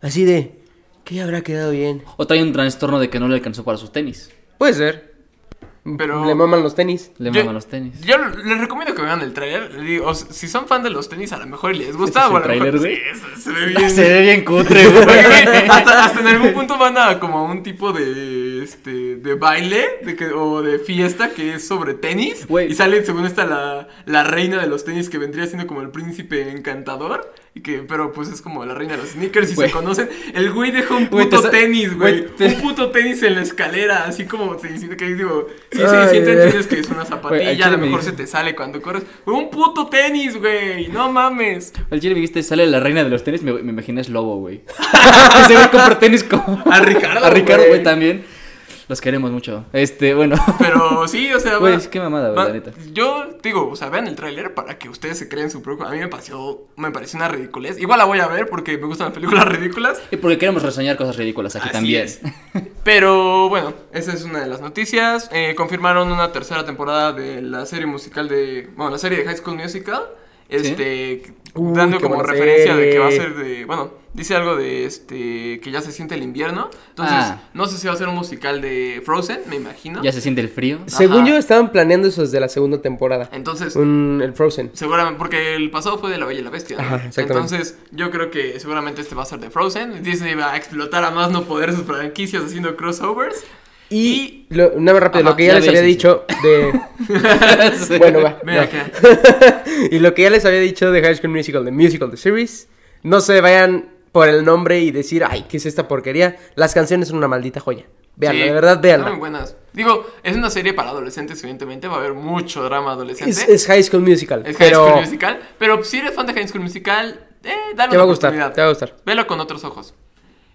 Speaker 3: Así de, ¿qué habrá quedado bien?
Speaker 1: O trae un trastorno de que no le alcanzó para sus tenis.
Speaker 3: Puede ser.
Speaker 2: Pero-
Speaker 3: Le maman los tenis.
Speaker 1: Le
Speaker 2: Yo-
Speaker 1: maman los tenis.
Speaker 2: Yo les recomiendo que vean el trailer. Les digo, o s- si son fan de los tenis, a lo mejor les gusta.
Speaker 1: ¿Este es
Speaker 2: o a
Speaker 1: el
Speaker 2: lo mejor-
Speaker 1: tráiler,
Speaker 2: Sí, se- se ve bien.
Speaker 1: Se ve bien cutre,
Speaker 2: Porque, güey,
Speaker 1: güey.
Speaker 2: hasta, hasta en algún punto van a como a un tipo de este de baile de que, o de fiesta que es sobre tenis.
Speaker 1: Güey.
Speaker 2: Y sale, según esta, la, la reina de los tenis que vendría siendo como el príncipe encantador. Y que, pero pues es como la reina de los sneakers y
Speaker 1: Güey.
Speaker 2: se conocen. El güey deja un
Speaker 1: Güey, te
Speaker 2: puto
Speaker 1: sa-
Speaker 2: tenis,
Speaker 1: güey,
Speaker 2: güey.
Speaker 1: te-
Speaker 2: Un puto tenis en la escalera. Así como se dice que digo. Sí, sí,
Speaker 3: Ay,
Speaker 2: sí, te
Speaker 3: güey.
Speaker 2: entiendes que es una zapatilla.
Speaker 1: al
Speaker 2: a
Speaker 1: chile
Speaker 2: lo
Speaker 1: me
Speaker 2: mejor
Speaker 1: dice-
Speaker 2: se te sale cuando corres. Un puto tenis, güey. No mames.
Speaker 1: Al chile me dijiste, sale la reina de los tenis, me, me imaginas lobo, güey. Ese güey compra tenis como...
Speaker 2: A Ricardo,
Speaker 1: A Ricardo,
Speaker 2: güey.
Speaker 1: güey, también. Los queremos mucho. Este, bueno.
Speaker 2: Pero sí, o sea,
Speaker 1: Güey,
Speaker 2: va-
Speaker 1: es que mamada, güey,
Speaker 2: va-
Speaker 1: la neta.
Speaker 2: Yo digo, o sea, vean el tráiler para que ustedes se creen su propio. A mí me pareció, me pareció una ridiculez. Igual la voy a ver porque me gustan las películas ridículas.
Speaker 1: Y porque queremos reseñar cosas ridículas aquí
Speaker 2: Así
Speaker 1: también.
Speaker 2: es. Pero bueno, esa es una de las noticias. Eh, confirmaron una tercera temporada de la serie musical de, bueno, la serie de High School Musical. Este,
Speaker 3: Uy,
Speaker 2: dando
Speaker 3: qué
Speaker 2: como
Speaker 3: buena
Speaker 2: referencia de que va a
Speaker 3: serie.
Speaker 2: ser de, bueno, dice algo de este que ya se siente el invierno. Entonces,
Speaker 1: Ah.
Speaker 2: no sé si va a ser un musical de Frozen, me imagino.
Speaker 1: Ya se siente el frío.
Speaker 3: Según yo, estaban planeando eso desde la segunda temporada.
Speaker 2: Entonces,
Speaker 3: Un- el Frozen.
Speaker 2: Seguramente, porque el pasado fue de La Bella y la Bestia. ¿no?
Speaker 3: Ajá, exactamente.
Speaker 2: Entonces, yo creo que seguramente este va a ser de Frozen. Disney va a explotar a más no poder sus franquicias haciendo crossovers.
Speaker 3: Y, lo- nada más rápido,
Speaker 2: Ajá,
Speaker 3: lo que ya,
Speaker 1: ya
Speaker 3: les
Speaker 1: ves,
Speaker 3: había
Speaker 1: sí, sí.
Speaker 3: dicho de... bueno, va.
Speaker 2: Ven
Speaker 3: no.
Speaker 2: acá.
Speaker 3: y lo que ya les había dicho de High School Musical, de Musical, The Series. No se vayan por el nombre y decir, ay, ¿qué es esta porquería? Las canciones son una maldita joya. Veanla,
Speaker 2: Sí,
Speaker 3: de verdad,
Speaker 2: están Muy
Speaker 3: veanla.
Speaker 2: buenas. Digo, es una serie para adolescentes, evidentemente. Va a haber mucho drama adolescente.
Speaker 3: Es, es High School Musical,
Speaker 2: Es High
Speaker 3: pero
Speaker 2: School Musical. Pero si eres fan de High School Musical, eh, dale
Speaker 3: te
Speaker 2: una
Speaker 3: va a gustar,
Speaker 2: oportunidad.
Speaker 3: te va a gustar.
Speaker 2: Velo con otros ojos.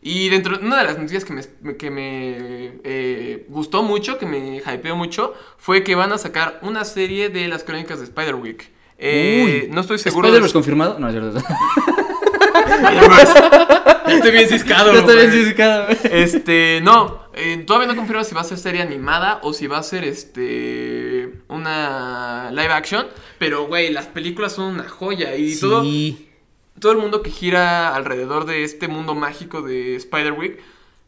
Speaker 2: Y dentro, una de las noticias que me, que me eh, gustó mucho, que me hypeó mucho, fue que van a sacar una serie de las crónicas de Spider-Week. Eh, no estoy seguro.
Speaker 1: ¿Spider-Man
Speaker 2: de...
Speaker 1: confirmado? No, es cierto.
Speaker 2: Ya estoy bien ciscado.
Speaker 1: Ya está bien
Speaker 2: güey.
Speaker 1: ciscado, güey.
Speaker 2: Este, no, eh, todavía no confirmo si va a ser serie animada o si va a ser este una live action, pero güey, las películas son una joya y todo
Speaker 3: Sí.
Speaker 2: todo el mundo que gira alrededor de este mundo mágico de Spider-Week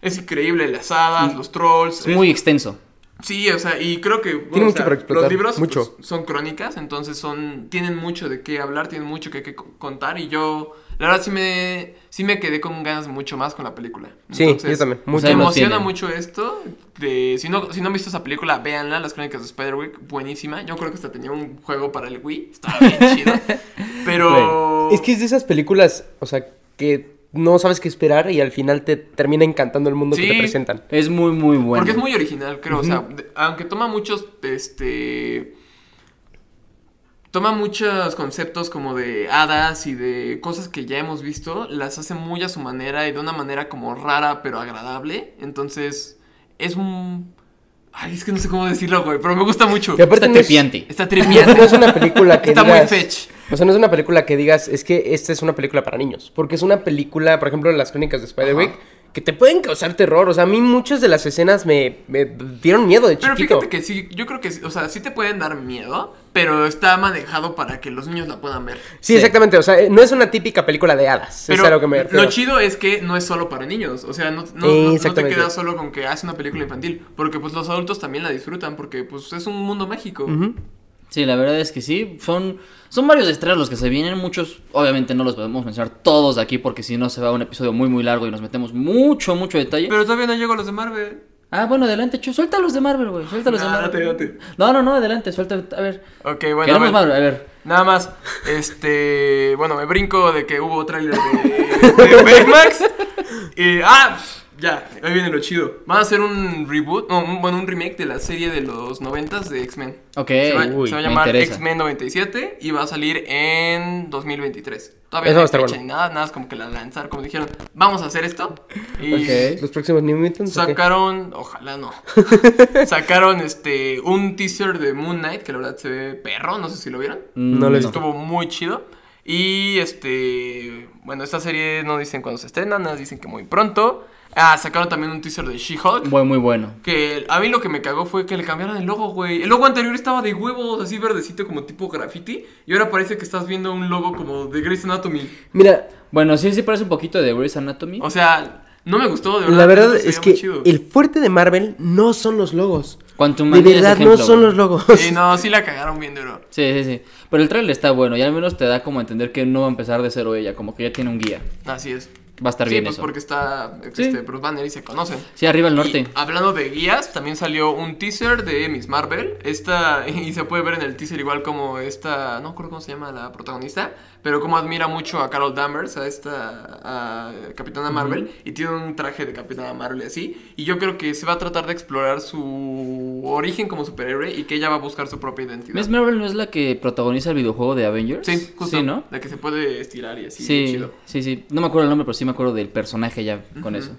Speaker 2: es increíble, las hadas,
Speaker 3: Mm.
Speaker 2: los trolls.
Speaker 1: Es
Speaker 2: es-
Speaker 1: muy extenso.
Speaker 2: Sí, o sea, y creo que bueno, o
Speaker 3: Tiene mucho
Speaker 2: sea,
Speaker 3: para explotar,
Speaker 2: los libros pues,
Speaker 3: mucho.
Speaker 2: son crónicas, entonces son tienen mucho de qué hablar, tienen mucho que, que co- contar y yo la verdad sí me sí me quedé con ganas mucho más con la película.
Speaker 3: Sí, yo también,
Speaker 2: me
Speaker 1: mucho.
Speaker 2: emociona
Speaker 1: Tiene.
Speaker 2: mucho esto de si no si no han visto esa película, véanla, las crónicas de Spider-Week, buenísima. Yo creo que hasta tenía un juego para el Wii, estaba bien chido. Pero
Speaker 3: Es que es de esas películas, o sea, que no sabes qué esperar y al final te termina encantando el mundo que te
Speaker 2: Sí.
Speaker 3: presentan.
Speaker 1: Es muy, muy bueno.
Speaker 2: Porque es muy original, creo. O sea, de- aunque toma muchos, este... Toma muchos conceptos como de hadas y de cosas que ya hemos visto, las hace muy a su manera y de una manera como rara pero agradable. Entonces, es un... Ay, es que no sé cómo decirlo, güey, pero me gusta mucho.
Speaker 3: Y aparte
Speaker 1: Está
Speaker 3: no es-
Speaker 1: tripiante.
Speaker 2: Está
Speaker 3: No
Speaker 2: tripiante.
Speaker 3: es una película que
Speaker 2: Está muy
Speaker 3: digas-
Speaker 2: fetch.
Speaker 3: O sea, no es una película que digas, es que esta es una película para niños. Porque es una película, por ejemplo, las crónicas de Spider-Week,
Speaker 2: Ajá.
Speaker 3: que te pueden causar terror. O sea, a mí muchas de las escenas me, me dieron miedo de
Speaker 2: Pero
Speaker 3: chiquito.
Speaker 2: fíjate que sí, yo creo que, sí, o sea, sí te pueden dar miedo, pero está manejado para que los niños la puedan ver.
Speaker 3: Sí, exactamente. O sea, eh, no es una típica película de hadas.
Speaker 2: Pero
Speaker 3: es a lo que me refiero.
Speaker 2: chido es que no es solo para niños. O sea, no, no- no-
Speaker 3: Sí,
Speaker 2: no te
Speaker 3: exactamente.
Speaker 2: quedas solo con que haces una película infantil. Porque pues los adultos también la disfrutan. Porque pues es un mundo mágico.
Speaker 1: Sí, la verdad es que sí. Son, son varios estrenos los que se vienen. Muchos, obviamente, no los podemos mencionar todos aquí porque si no se va un episodio muy, muy largo y nos metemos mucho, mucho detalle.
Speaker 2: Pero todavía no llego a los de Marvel.
Speaker 1: Ah, bueno, adelante, Chu. Suéltalos de Marvel, güey. Suéltalos
Speaker 2: Nah,
Speaker 1: de Marvel.
Speaker 2: date, date.
Speaker 1: No, no, no, adelante, suelta. A ver.
Speaker 2: Ok, bueno. a
Speaker 1: Queremos
Speaker 2: ver.
Speaker 1: Marvel, a ver.
Speaker 2: Nada más, este, bueno, me brinco de que hubo tráiler de, de Baymax. Y, ah, ya, ahí viene lo chido. Van a hacer un reboot, no, un- bueno, un remake de la serie de los noventas de X-Men.
Speaker 1: Ok.
Speaker 2: se, va,
Speaker 3: uy,
Speaker 2: se va a
Speaker 1: me
Speaker 2: llamar
Speaker 1: interesa.
Speaker 2: X-Men 97 y va a salir en 2023. Todavía no
Speaker 3: Eso va a
Speaker 2: hay
Speaker 3: estar
Speaker 2: fecha
Speaker 3: bueno.
Speaker 2: ni nada, nada, es como que la lanzaron, como dijeron, vamos a hacer esto. Y
Speaker 1: Ok.
Speaker 3: Los próximos New Mutants. ¿o qué?
Speaker 2: Sacaron, ojalá no. Sacaron este un teaser de Moon Knight, que la verdad se ve perro, no sé si lo vieron.
Speaker 3: Mm, No lo he visto.
Speaker 2: Estuvo muy chido. Y este. Bueno, esta serie no dicen cuándo se estrena, nada, más dicen que muy pronto. Ah, sacaron también un teaser de She-Hulk.
Speaker 1: Muy, muy bueno.
Speaker 2: Que a mí lo que me cagó fue que le cambiaron el logo, güey. El logo anterior estaba de huevos, así verdecito, como tipo graffiti. Y ahora parece que estás viendo un logo como de Grey's Anatomy.
Speaker 3: Mira,
Speaker 1: Bueno, sí, sí parece un poquito de Grey's Anatomy.
Speaker 2: Oh. O sea, no me gustó, de verdad.
Speaker 3: la verdad
Speaker 2: se veía
Speaker 3: es
Speaker 2: muy
Speaker 3: que
Speaker 2: chido.
Speaker 3: el fuerte de Marvel no son los logos.
Speaker 1: Quantum
Speaker 3: De verdad, no son
Speaker 1: los
Speaker 3: los logos.
Speaker 2: Sí, no, sí la cagaron bien duro.
Speaker 1: Sí, sí, sí. Pero el trailer está bueno y al menos te da como a entender que no va a empezar de cero ella, como que ya tiene un guía.
Speaker 2: Así es.
Speaker 1: Va a estar
Speaker 2: sí,
Speaker 1: bien
Speaker 2: pues
Speaker 1: eso.
Speaker 2: porque está
Speaker 1: Sí.
Speaker 2: este, Bruce Banner y se conocen.
Speaker 1: Sí, arriba al
Speaker 2: Y
Speaker 1: norte.
Speaker 2: hablando de guías, también salió un teaser de Miss Marvel. Esta, y se puede ver en el teaser igual como esta, no recuerdo cómo se llama la protagonista, pero como admira mucho a Carol Danvers, a esta a Capitana Marvel, y tiene un traje de Capitana Marvel y así. Y yo creo que se va a tratar de explorar su origen como superhéroe y que ella va a buscar su propia identidad.
Speaker 1: Miss Marvel no es la que protagoniza el videojuego de Avengers.
Speaker 2: Sí, justo.
Speaker 1: Sí, ¿no?
Speaker 2: La que se puede estirar y así.
Speaker 1: Sí,
Speaker 2: chido.
Speaker 1: sí, sí. No me acuerdo el nombre, pero sí me acuerdo del personaje ya con eso.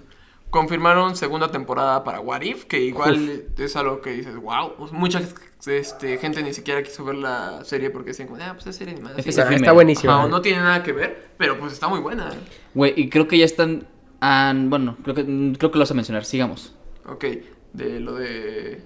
Speaker 2: Confirmaron segunda temporada para What If, que igual es algo que dices, wow. Mucha este, gente ni siquiera quiso ver la serie porque decían, como, ah, pues es serie animada.
Speaker 1: Es que
Speaker 2: sí".
Speaker 3: Ah,
Speaker 1: se-
Speaker 3: está
Speaker 1: efímero.
Speaker 3: buenísimo.
Speaker 2: Ajá, o no tiene nada que ver, pero pues está muy buena.
Speaker 1: Güey, y creo que ya están. ah, bueno, creo que, mm, creo que lo vas a mencionar. Sigamos.
Speaker 2: Ok, de lo de.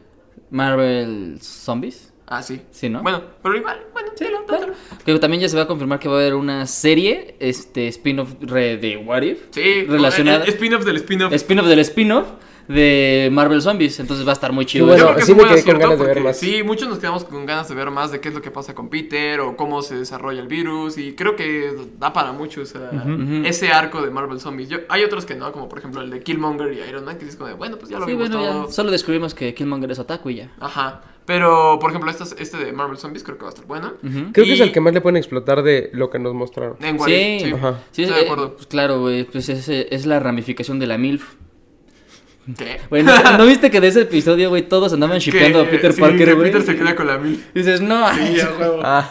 Speaker 1: Marvel Zombies.
Speaker 2: Ah, sí.
Speaker 1: Sí, ¿no?
Speaker 2: Bueno, pero igual, bueno, sí, lo
Speaker 1: Que también ya se va a confirmar que va a haber una serie, este, spin-off re- de What If.
Speaker 2: Sí,
Speaker 1: Relacionada.
Speaker 2: el- el Spin-off del spin-off.
Speaker 1: Spin-off del spin-off de Marvel Zombies. Entonces va a estar muy chido.
Speaker 3: Qué
Speaker 1: eso.
Speaker 3: bueno.
Speaker 2: creo que
Speaker 3: sí
Speaker 2: fue
Speaker 3: me
Speaker 2: un
Speaker 3: quedé
Speaker 2: acierto
Speaker 3: con ganas de ver
Speaker 2: porque
Speaker 3: más.
Speaker 2: Sí, muchos nos quedamos con ganas de ver más de qué es lo que pasa con Peter o cómo se desarrolla el virus y creo que da para muchos o sea,
Speaker 1: ujú.
Speaker 2: ese arco de Marvel Zombies. Yo- hay otros que no, como por ejemplo el de Killmonger y Iron Man, que es como de, bueno, pues ya lo
Speaker 1: Sí,
Speaker 2: vimos
Speaker 1: bueno,
Speaker 2: todo.
Speaker 1: ya. Solo descubrimos que Killmonger es Otaku y ya.
Speaker 2: Ajá. Pero, por ejemplo, este, este de Marvel Zombies creo que va a estar bueno.
Speaker 1: Ujú.
Speaker 3: Creo que es
Speaker 2: Y-
Speaker 3: el que más le pueden explotar de lo que nos mostraron.
Speaker 2: En What
Speaker 1: Sí,
Speaker 2: If, sí.
Speaker 3: Ajá.
Speaker 1: Sí,
Speaker 2: Estoy de
Speaker 1: eh,
Speaker 2: acuerdo.
Speaker 1: pues claro, güey. Pues es, es la ramificación de la MILF. eh,
Speaker 2: ¿Qué?
Speaker 1: Bueno, ¿no viste que de ese episodio, güey, todos andaban shipeando a
Speaker 2: Que-
Speaker 1: Peter
Speaker 2: sí, que
Speaker 1: Parker, güey?
Speaker 2: Peter se queda con la mil.
Speaker 1: Dices, no.
Speaker 2: Sí, a huevo.
Speaker 3: Ah,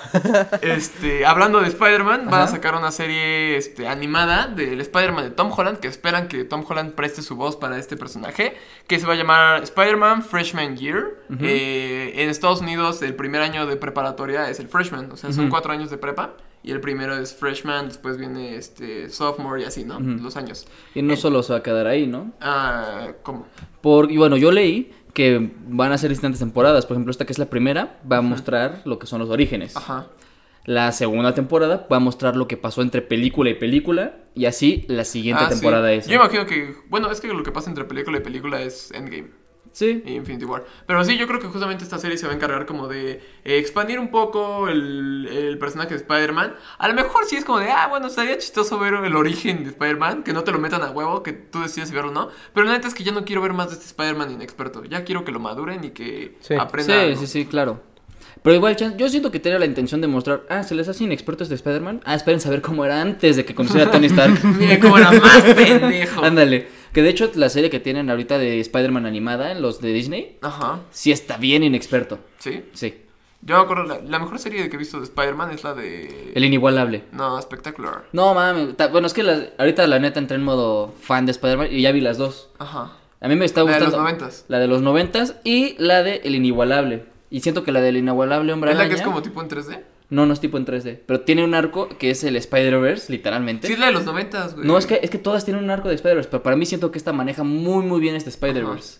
Speaker 2: Este, hablando de Spider-Man, van a
Speaker 1: Ajá.
Speaker 2: sacar una serie este, animada del Spider-Man de Tom Holland, que esperan que Tom Holland preste su voz para este personaje, que se va a llamar Spider-Man Freshman Year. Eh, en Estados Unidos el primer año de preparatoria es el freshman, o sea, son
Speaker 1: Ujú.
Speaker 2: cuatro años de prepa, y el primero es freshman, después viene este, sophomore y así, ¿no?
Speaker 1: Ujú.
Speaker 2: Los años.
Speaker 1: Y no solo se va a quedar ahí, ¿no?
Speaker 2: Ah, ¿Cómo?
Speaker 1: Por, y bueno, yo leí que van a ser distintas temporadas. Por ejemplo, esta que es la primera va a mostrar lo que son los orígenes.
Speaker 2: Ajá.
Speaker 1: La segunda temporada va a mostrar lo que pasó entre película y película. Y así la siguiente
Speaker 2: Ah, sí.
Speaker 1: temporada es.
Speaker 2: Yo imagino que, bueno, es que lo que pasa entre película y película es Endgame.
Speaker 1: Sí.
Speaker 2: y Infinity War. Pero sí, yo creo que justamente esta serie se va a encargar como de eh, expandir un poco el, el personaje de Spider-Man. A lo mejor sí es como de, ah, bueno, estaría chistoso ver el origen de Spider-Man, que no te lo metan a huevo, que tú decides si verlo o no. Pero la neta es que ya no quiero ver más de este Spider-Man inexperto. Ya quiero que lo maduren y que
Speaker 3: Sí.
Speaker 2: aprenda.
Speaker 1: Sí,
Speaker 2: algo.
Speaker 1: sí, sí, claro. Pero igual, chan- yo siento que tenía la intención de mostrar. Ah, se les hace inexpertos de Spider-Man. Ah, esperen saber cómo era antes de que conociera a Tony Stark.
Speaker 2: Mira cómo era más pendejo.
Speaker 1: Ándale. Que de hecho, la serie que tienen ahorita de Spider-Man animada, los de Disney,
Speaker 2: Ajá,
Speaker 1: sí está bien inexperto.
Speaker 2: sí.
Speaker 1: Sí.
Speaker 2: Yo me acuerdo, la, la mejor serie que he visto de Spider-Man es la de...
Speaker 1: El inigualable.
Speaker 2: No, espectacular.
Speaker 1: No mames. ta- Bueno, es que la- ahorita la neta entré en modo fan de Spider-Man y ya vi las dos.
Speaker 2: Ajá.
Speaker 1: A mí me está
Speaker 2: La de
Speaker 1: gustando.
Speaker 2: los noventas.
Speaker 1: La de los noventas y la de El Inigualable. Y siento que la del Inigualable, hombre.
Speaker 2: ¿Es la que es
Speaker 1: araña-
Speaker 2: como tipo en 3D?
Speaker 1: No, no es tipo en 3D. Pero tiene un arco que es el Spider-Verse, literalmente.
Speaker 2: Sí, es la de los noventas, güey.
Speaker 1: No, es que, es que todas tienen un arco de Spider-Verse, pero para mí siento que esta maneja muy, muy bien este Spider-Verse.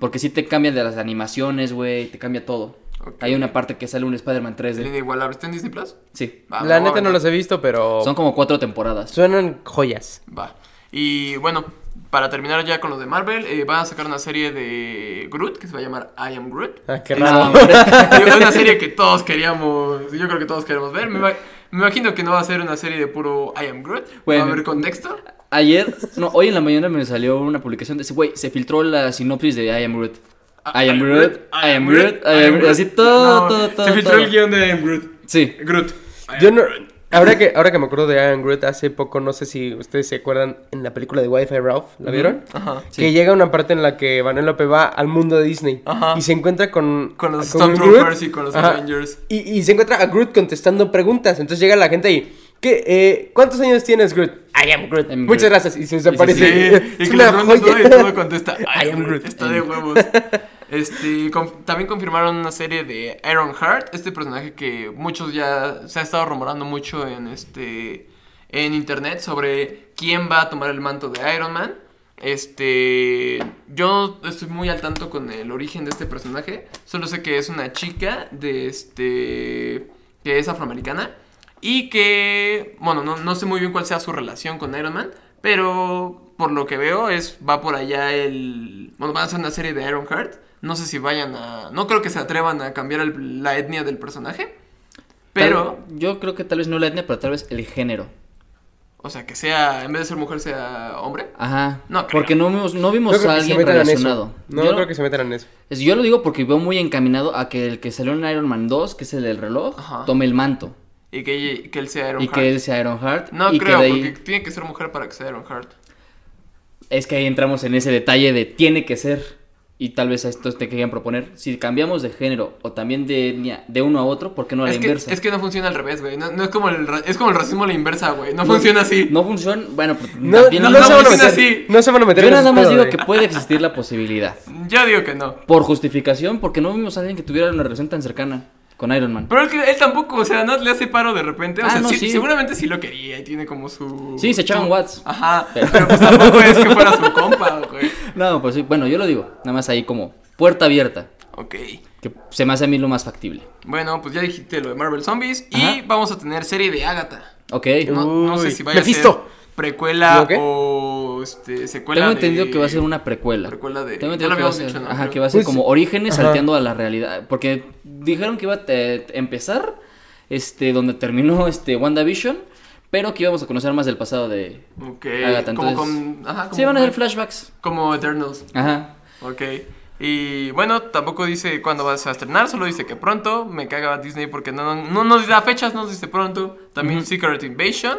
Speaker 1: Porque sí te cambian de las animaciones, güey, te cambia todo.
Speaker 2: Ok.
Speaker 1: Hay una parte que sale un Spider-Man 3D.
Speaker 2: El inigualable. ¿Está en Disney Plus?
Speaker 1: Sí.
Speaker 2: Va,
Speaker 3: la
Speaker 2: me voy
Speaker 3: neta
Speaker 2: a
Speaker 3: no
Speaker 2: ver.
Speaker 3: los he visto, pero
Speaker 1: Son como cuatro temporadas.
Speaker 3: suenan joyas.
Speaker 2: Va. Y bueno, para terminar ya con los de Marvel, eh, van a sacar una serie de Groot que se va a llamar I Am Groot.
Speaker 3: Ah, qué
Speaker 1: No,
Speaker 3: raro.
Speaker 1: hombre.
Speaker 2: Es una serie que todos queríamos, yo creo que todos queremos ver. Me, ima- me imagino que no va a ser una serie de puro I Am Groot.
Speaker 1: Bueno.
Speaker 2: va a haber contexto.
Speaker 1: Ayer, no, hoy en la mañana me salió una publicación de ese güey, se filtró la sinopsis de I am Groot.
Speaker 2: Ah,
Speaker 1: I am Groot, I am Groot, I am Groot, así
Speaker 2: No,
Speaker 1: todo, todo, todo.
Speaker 2: Se filtró
Speaker 1: todo.
Speaker 2: el guión de I Am Groot.
Speaker 1: Sí,
Speaker 2: Groot. I am
Speaker 3: Yo no.
Speaker 2: Groot.
Speaker 3: Ahora que, ahora que me acuerdo de Iron Groot, hace poco, no sé si ustedes se acuerdan, en la película de Wi-Fi Ralph, ¿la vieron?
Speaker 2: Ajá.
Speaker 1: Sí.
Speaker 3: Que llega una parte en la que Vanellope va al mundo de Disney
Speaker 2: Ajá.
Speaker 3: y se encuentra con...
Speaker 2: Con los
Speaker 3: con
Speaker 2: Stormtroopers
Speaker 3: Groot.
Speaker 2: y con los
Speaker 3: Ajá.
Speaker 2: Avengers.
Speaker 3: Y, y se encuentra a Groot contestando preguntas. Entonces llega la gente y... ¿Qué, eh, ¿Cuántos años tienes, Groot? I am Groot.
Speaker 1: Am
Speaker 3: Muchas
Speaker 1: Em, Groot.
Speaker 3: gracias. Y se
Speaker 2: Sí,
Speaker 3: desaparece.
Speaker 2: y
Speaker 3: Es
Speaker 2: que le
Speaker 3: una
Speaker 2: preguntan todo y
Speaker 3: joya.
Speaker 2: todo contesta I
Speaker 3: I
Speaker 2: am
Speaker 3: am
Speaker 2: Groot,
Speaker 3: Groot.
Speaker 2: está de huevos. Este, con- también confirmaron una serie de Iron Heart, este personaje que muchos ya se ha estado rumorando mucho en este en internet sobre quién va a tomar el manto de Iron Man. Este, yo estoy muy al tanto con el origen de este personaje, solo sé que es una chica de este que es afroamericana y que, bueno, no, no sé muy bien cuál sea su relación con Iron Man, pero por lo que veo es va por allá el... Bueno, van a hacer una serie de Iron Heart No sé si vayan a. No creo que se atrevan a cambiar el- la etnia del personaje. Pero.
Speaker 1: Tal- yo creo que tal vez no la etnia, pero tal vez el género.
Speaker 2: O sea, que sea. En vez de ser mujer, sea hombre.
Speaker 1: Ajá.
Speaker 2: No creo.
Speaker 1: porque no vimos, no
Speaker 3: No
Speaker 1: vimos
Speaker 3: creo
Speaker 1: a
Speaker 3: que se
Speaker 1: alguien
Speaker 3: metan en eso.
Speaker 1: relacionado.
Speaker 3: No,
Speaker 1: yo,
Speaker 3: creo que se metan en eso.
Speaker 1: es- yo lo digo porque veo muy encaminado a que el que salió en Iron Man 2, que es el del reloj,
Speaker 2: Ajá.
Speaker 1: tome el manto.
Speaker 2: Y que, que él sea
Speaker 1: Y
Speaker 2: Ironheart.
Speaker 1: que él sea Ironheart.
Speaker 2: No
Speaker 1: y
Speaker 2: creo,
Speaker 1: que de ahí-
Speaker 2: porque tiene que ser mujer para que sea Ironheart.
Speaker 1: Es que ahí entramos en ese detalle de tiene que ser. Y tal vez a esto te querían proponer. Si cambiamos de género o también de etnia de uno a otro, ¿por qué no a la
Speaker 2: es, que,
Speaker 1: inversa?
Speaker 2: es que no funciona al revés, güey. No, no es, como el, ra- es como el racismo a la inversa, güey. No, funciona así.
Speaker 1: No funciona. Bueno, pues,
Speaker 3: No,
Speaker 1: también
Speaker 3: no,
Speaker 2: no
Speaker 3: se van a
Speaker 2: funciona
Speaker 3: meter.
Speaker 2: así.
Speaker 3: No se van a meter
Speaker 1: Yo
Speaker 3: en
Speaker 1: nada
Speaker 3: ese
Speaker 1: más
Speaker 3: pedo, eh.
Speaker 1: digo
Speaker 3: güey.
Speaker 1: que puede existir la posibilidad.
Speaker 2: Yo digo que no.
Speaker 1: Por justificación, porque no vimos a alguien que tuviera una relación tan cercana con Iron Man.
Speaker 2: Pero él, que- él tampoco, o sea, no le hace paro de repente. O
Speaker 1: Ah,
Speaker 2: sea,
Speaker 1: no,
Speaker 2: sí-
Speaker 1: sí.
Speaker 2: seguramente sí lo quería y tiene como su.
Speaker 1: Sí, se echaban
Speaker 2: su-
Speaker 1: watts.
Speaker 2: Ajá, pero... pues tampoco es que fuera su compa, güey.
Speaker 1: No, pues sí, bueno, yo lo digo. Nada más ahí como puerta abierta.
Speaker 2: Ok.
Speaker 1: Que se me hace a mí lo más factible.
Speaker 2: Bueno, pues ya dijiste lo de Marvel Zombies.
Speaker 1: Ajá.
Speaker 2: Y vamos a tener serie de Agatha.
Speaker 1: Ok.
Speaker 2: No, no sé
Speaker 3: Uy,
Speaker 2: si vaya a
Speaker 3: Mephisto.
Speaker 2: ser precuela
Speaker 3: ¿Digo qué?
Speaker 2: o este, secuela.
Speaker 1: Tengo
Speaker 2: de-
Speaker 1: entendido que va a ser una precuela.
Speaker 2: Precuela de-
Speaker 1: Tengo
Speaker 2: ya
Speaker 1: entendido
Speaker 2: lo
Speaker 1: que va a
Speaker 2: habíamos
Speaker 1: ser.
Speaker 2: dicho, ¿no?
Speaker 1: Ajá,
Speaker 2: Creo.
Speaker 1: que va a ser
Speaker 3: Pues-
Speaker 1: como orígenes
Speaker 3: ajá.
Speaker 1: salteando a la realidad. Porque dijeron que iba a te- empezar este, donde terminó este WandaVision. Pero que íbamos a conocer más del pasado de.
Speaker 2: Ok.
Speaker 1: Agatha,
Speaker 2: como
Speaker 1: entonces-
Speaker 2: con. Ajá, como
Speaker 1: Sí, van a
Speaker 2: con-
Speaker 1: ser flashbacks.
Speaker 2: Como Eternals.
Speaker 1: Ajá.
Speaker 2: Ok. Y bueno, tampoco dice cuándo vas a estrenar, solo dice que pronto. Me caga Disney porque no, no, no nos da fechas, no nos dice pronto. También Secret Invasion.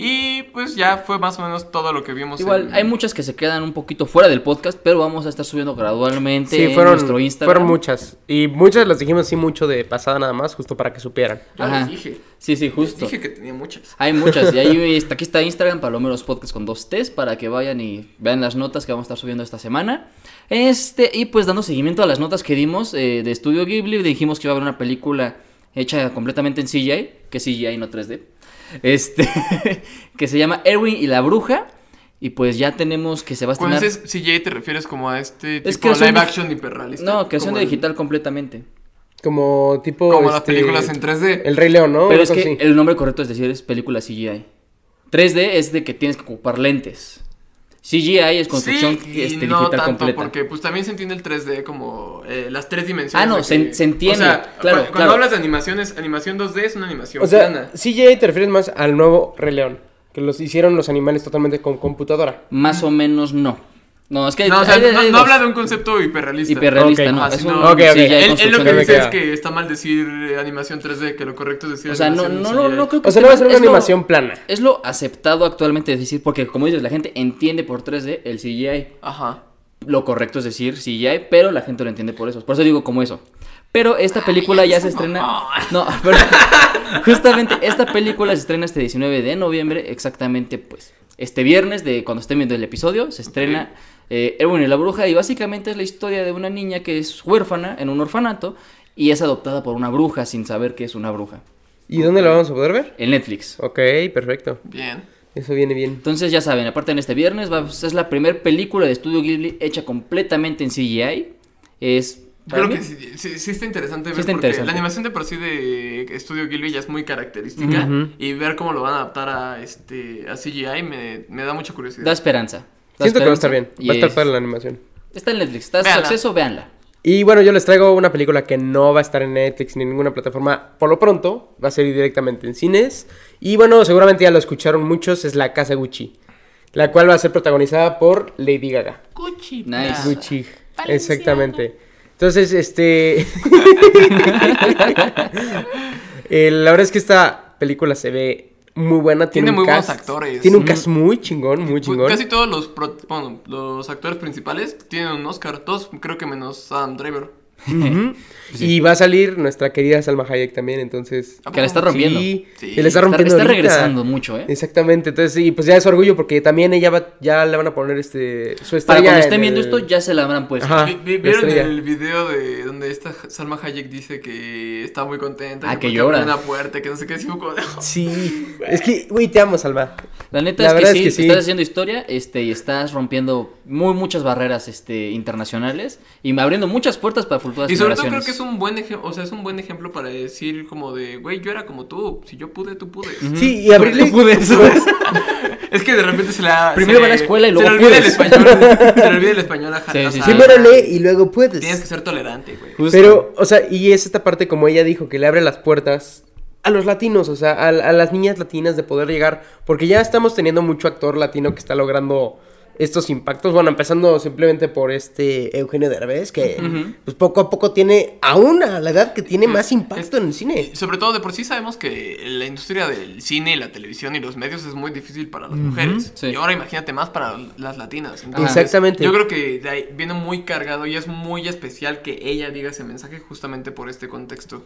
Speaker 2: Y pues ya fue más o menos todo lo que vimos.
Speaker 1: Igual,
Speaker 2: en-
Speaker 1: hay muchas que se quedan un poquito fuera del podcast, pero vamos a estar subiendo gradualmente
Speaker 3: Sí,
Speaker 1: en
Speaker 3: fueron,
Speaker 1: nuestro Instagram.
Speaker 3: fueron muchas. Y muchas las dijimos así mucho de pasada nada más, justo para que supieran.
Speaker 2: Ya les
Speaker 1: Ajá.
Speaker 2: dije.
Speaker 1: Sí, sí,
Speaker 2: Les
Speaker 1: justo.
Speaker 2: Dije que tenía muchas.
Speaker 1: Hay muchas, y ahí está, aquí está Instagram, Palomeros Podcast con dos T's, para que vayan y vean las notas que vamos a estar subiendo esta semana. Este, y pues dando seguimiento a las notas que dimos eh, de Estudio Ghibli, dijimos que iba a haber una película hecha completamente en CGI, que CGI no 3D, este, que se llama Erwin y la Bruja, y pues ya tenemos que se va a
Speaker 2: Cuando
Speaker 1: estrenar...
Speaker 2: dices CJ te refieres como a este
Speaker 1: Es
Speaker 2: tipo
Speaker 1: creación
Speaker 2: live
Speaker 1: dig-
Speaker 2: action hiperrealista.
Speaker 1: No, creación
Speaker 2: Como
Speaker 1: de
Speaker 2: el-
Speaker 1: digital Oh, completamente.
Speaker 3: Como tipo.
Speaker 2: Como las
Speaker 3: este,
Speaker 2: películas en 3D.
Speaker 3: El Rey León, ¿no?
Speaker 1: Pero
Speaker 3: Algo
Speaker 1: es que
Speaker 3: Oh, así.
Speaker 1: el nombre correcto es decir es película CGI. 3D es de que tienes que ocupar lentes. CGI es construcción
Speaker 2: sí, y
Speaker 1: este,
Speaker 2: no
Speaker 1: digital
Speaker 2: tanto,
Speaker 1: completa.
Speaker 2: porque pues también se entiende el 3D como eh, las tres dimensiones.
Speaker 1: Ah, no,
Speaker 2: de
Speaker 1: se- se entiende,
Speaker 2: O sea, cu-
Speaker 1: claro,
Speaker 2: cuando
Speaker 1: claro.
Speaker 2: hablas de animaciones, animación 2D es una animación
Speaker 3: O sea,
Speaker 2: plana.
Speaker 3: CGI te refieres más al nuevo Rey León. Que los hicieron los animales totalmente con computadora.
Speaker 1: Más o menos no. No, es que
Speaker 2: No, o sea,
Speaker 1: hay de-
Speaker 2: no,
Speaker 1: hay
Speaker 2: no
Speaker 1: dos.
Speaker 2: habla de un concepto hiperrealista.
Speaker 1: hiperrealista,
Speaker 3: Ok,
Speaker 1: no.
Speaker 2: así
Speaker 1: es un
Speaker 2: no.
Speaker 3: Ok, ok.
Speaker 1: CGI
Speaker 3: Él- él
Speaker 2: Él, él lo que
Speaker 1: construcción.
Speaker 2: dice
Speaker 3: de
Speaker 2: es
Speaker 3: que-
Speaker 2: que está mal decir eh, animación 3D, que lo correcto es decir
Speaker 1: O sea, no,
Speaker 2: animación
Speaker 1: no, no, no creo que
Speaker 3: O sea, no va a ser una
Speaker 1: es lo-
Speaker 3: animación plana.
Speaker 1: Es lo aceptado actualmente decir, porque como dices, la gente entiende por 3D el CGI.
Speaker 2: Ajá.
Speaker 1: Lo correcto es decir CGI, pero la gente lo entiende por eso. Por eso digo como eso. Pero esta película ya se estrena. No, pero justamente esta película se estrena este 19 de noviembre, exactamente pues este viernes de cuando estén viendo el episodio, se estrena eh, Erwin y la bruja y básicamente es la historia de una niña que es huérfana en un orfanato y es adoptada por una bruja sin saber que es una bruja.
Speaker 3: ¿Y dónde lo vamos a poder ver?
Speaker 1: En Netflix.
Speaker 3: Ok, perfecto.
Speaker 2: Bien.
Speaker 3: Eso viene bien.
Speaker 1: Entonces ya saben, aparte en este viernes va- es la primera película de estudio Ghibli hecha completamente en CGI. Es para
Speaker 2: Creo
Speaker 1: mí,
Speaker 2: que sí, sí, sí está interesante ver
Speaker 1: está
Speaker 2: porque
Speaker 1: interesante.
Speaker 2: la animación de por sí de Estudio Gilby ya es muy característica
Speaker 3: Ujú.
Speaker 2: y ver cómo lo van a adaptar a este a CGI me, me da mucha curiosidad.
Speaker 1: da esperanza. Da
Speaker 3: Siento que va a estar bien.
Speaker 1: esperanza y
Speaker 3: Va a estar
Speaker 1: es-
Speaker 3: para la animación.
Speaker 1: Está en Netflix, está
Speaker 2: Véanla.
Speaker 1: su acceso, véanla.
Speaker 3: Y bueno, yo les traigo una película que no va a estar en Netflix ni en ninguna plataforma por lo pronto. Va a salir directamente en cines. Y bueno, seguramente ya lo escucharon muchos. Es La Casa Gucci. La cual va a ser protagonizada por Lady Gaga.
Speaker 2: Gucci.
Speaker 1: Nice.
Speaker 2: Prada.
Speaker 3: Gucci. Exactamente. Entonces, este. Eh, la verdad es que esta película se ve muy buena. Tiene,
Speaker 2: Tiene
Speaker 3: un
Speaker 2: muy buenos
Speaker 3: cast-
Speaker 2: actores.
Speaker 3: Tiene un
Speaker 2: Mm.
Speaker 3: cast muy chingón, muy
Speaker 2: Pues,
Speaker 3: chingón.
Speaker 2: Casi todos los, pro- bueno, los actores principales tienen un Oscar, todos creo que menos Adam Driver.
Speaker 3: Ujú. Y va a salir nuestra querida Salma Hayek también, entonces.
Speaker 2: ¿A
Speaker 1: Que la está
Speaker 2: poco?
Speaker 1: rompiendo.
Speaker 3: Sí,
Speaker 2: Sí.
Speaker 3: se le
Speaker 1: Está,
Speaker 3: está rompiendo.
Speaker 1: está
Speaker 3: ahorita.
Speaker 1: regresando mucho, ¿eh?
Speaker 3: Exactamente, entonces, y pues ya es orgullo porque también ella va, ya le van a poner este, su
Speaker 1: Para
Speaker 3: estrella.
Speaker 1: cuando
Speaker 3: en
Speaker 1: estén viendo
Speaker 3: el-
Speaker 1: esto, ya se la habrán puesto.
Speaker 3: Ajá. Ah,
Speaker 2: Vi- vi-
Speaker 3: la
Speaker 2: ¿Vieron
Speaker 3: estrella.
Speaker 2: el video de donde esta Salma Hayek dice que está muy contenta?
Speaker 1: Ah, que
Speaker 2: porque
Speaker 1: llora.
Speaker 2: abrió Una puerta, que no sé qué, sí, fue como de-
Speaker 3: Sí, es que, güey, te amo, Salma.
Speaker 1: La neta
Speaker 3: La
Speaker 1: es, que
Speaker 3: verdad
Speaker 1: sí,
Speaker 3: es que sí.
Speaker 1: estás haciendo historia este, y estás rompiendo muy muchas barreras este, internacionales y abriendo muchas puertas para futuras
Speaker 2: Y sobre todo creo
Speaker 1: generaciones.
Speaker 2: que es un buen ejemplo, o sea, es un buen ejemplo para decir como de, güey, yo era como tú, si yo pude, tú pude.
Speaker 3: Sí, y abrirle.
Speaker 1: Tú puedes.
Speaker 2: Es que de repente se la.
Speaker 1: Primero
Speaker 2: se
Speaker 1: va a la
Speaker 2: le-
Speaker 1: escuela y luego
Speaker 2: Se le olvida el
Speaker 1: puedes.
Speaker 2: español. se le olvida el español a
Speaker 1: Sí,
Speaker 2: o
Speaker 1: sí,
Speaker 2: sea,
Speaker 1: sí.
Speaker 3: Primero lee y luego puedes.
Speaker 2: Tienes que ser tolerante, güey.
Speaker 1: Justo.
Speaker 3: Pero, o sea, y es esta parte, como ella dijo, que le abre las puertas a los latinos, o sea, a, a las niñas latinas de poder llegar, porque ya estamos teniendo mucho actor latino que está logrando estos impactos, bueno, empezando simplemente por este Eugenio Derbez, que pues poco a poco tiene, aún a la edad que tiene más impacto en el cine.
Speaker 2: Sobre todo, de por sí sabemos que la industria del cine, la televisión y los medios es muy difícil para las mujeres.
Speaker 1: sí.
Speaker 2: Y ahora imagínate más para las latinas. Entonces,
Speaker 3: Exactamente.
Speaker 2: Yo creo que de ahí viene muy cargado y es muy especial que ella diga ese mensaje justamente por este contexto.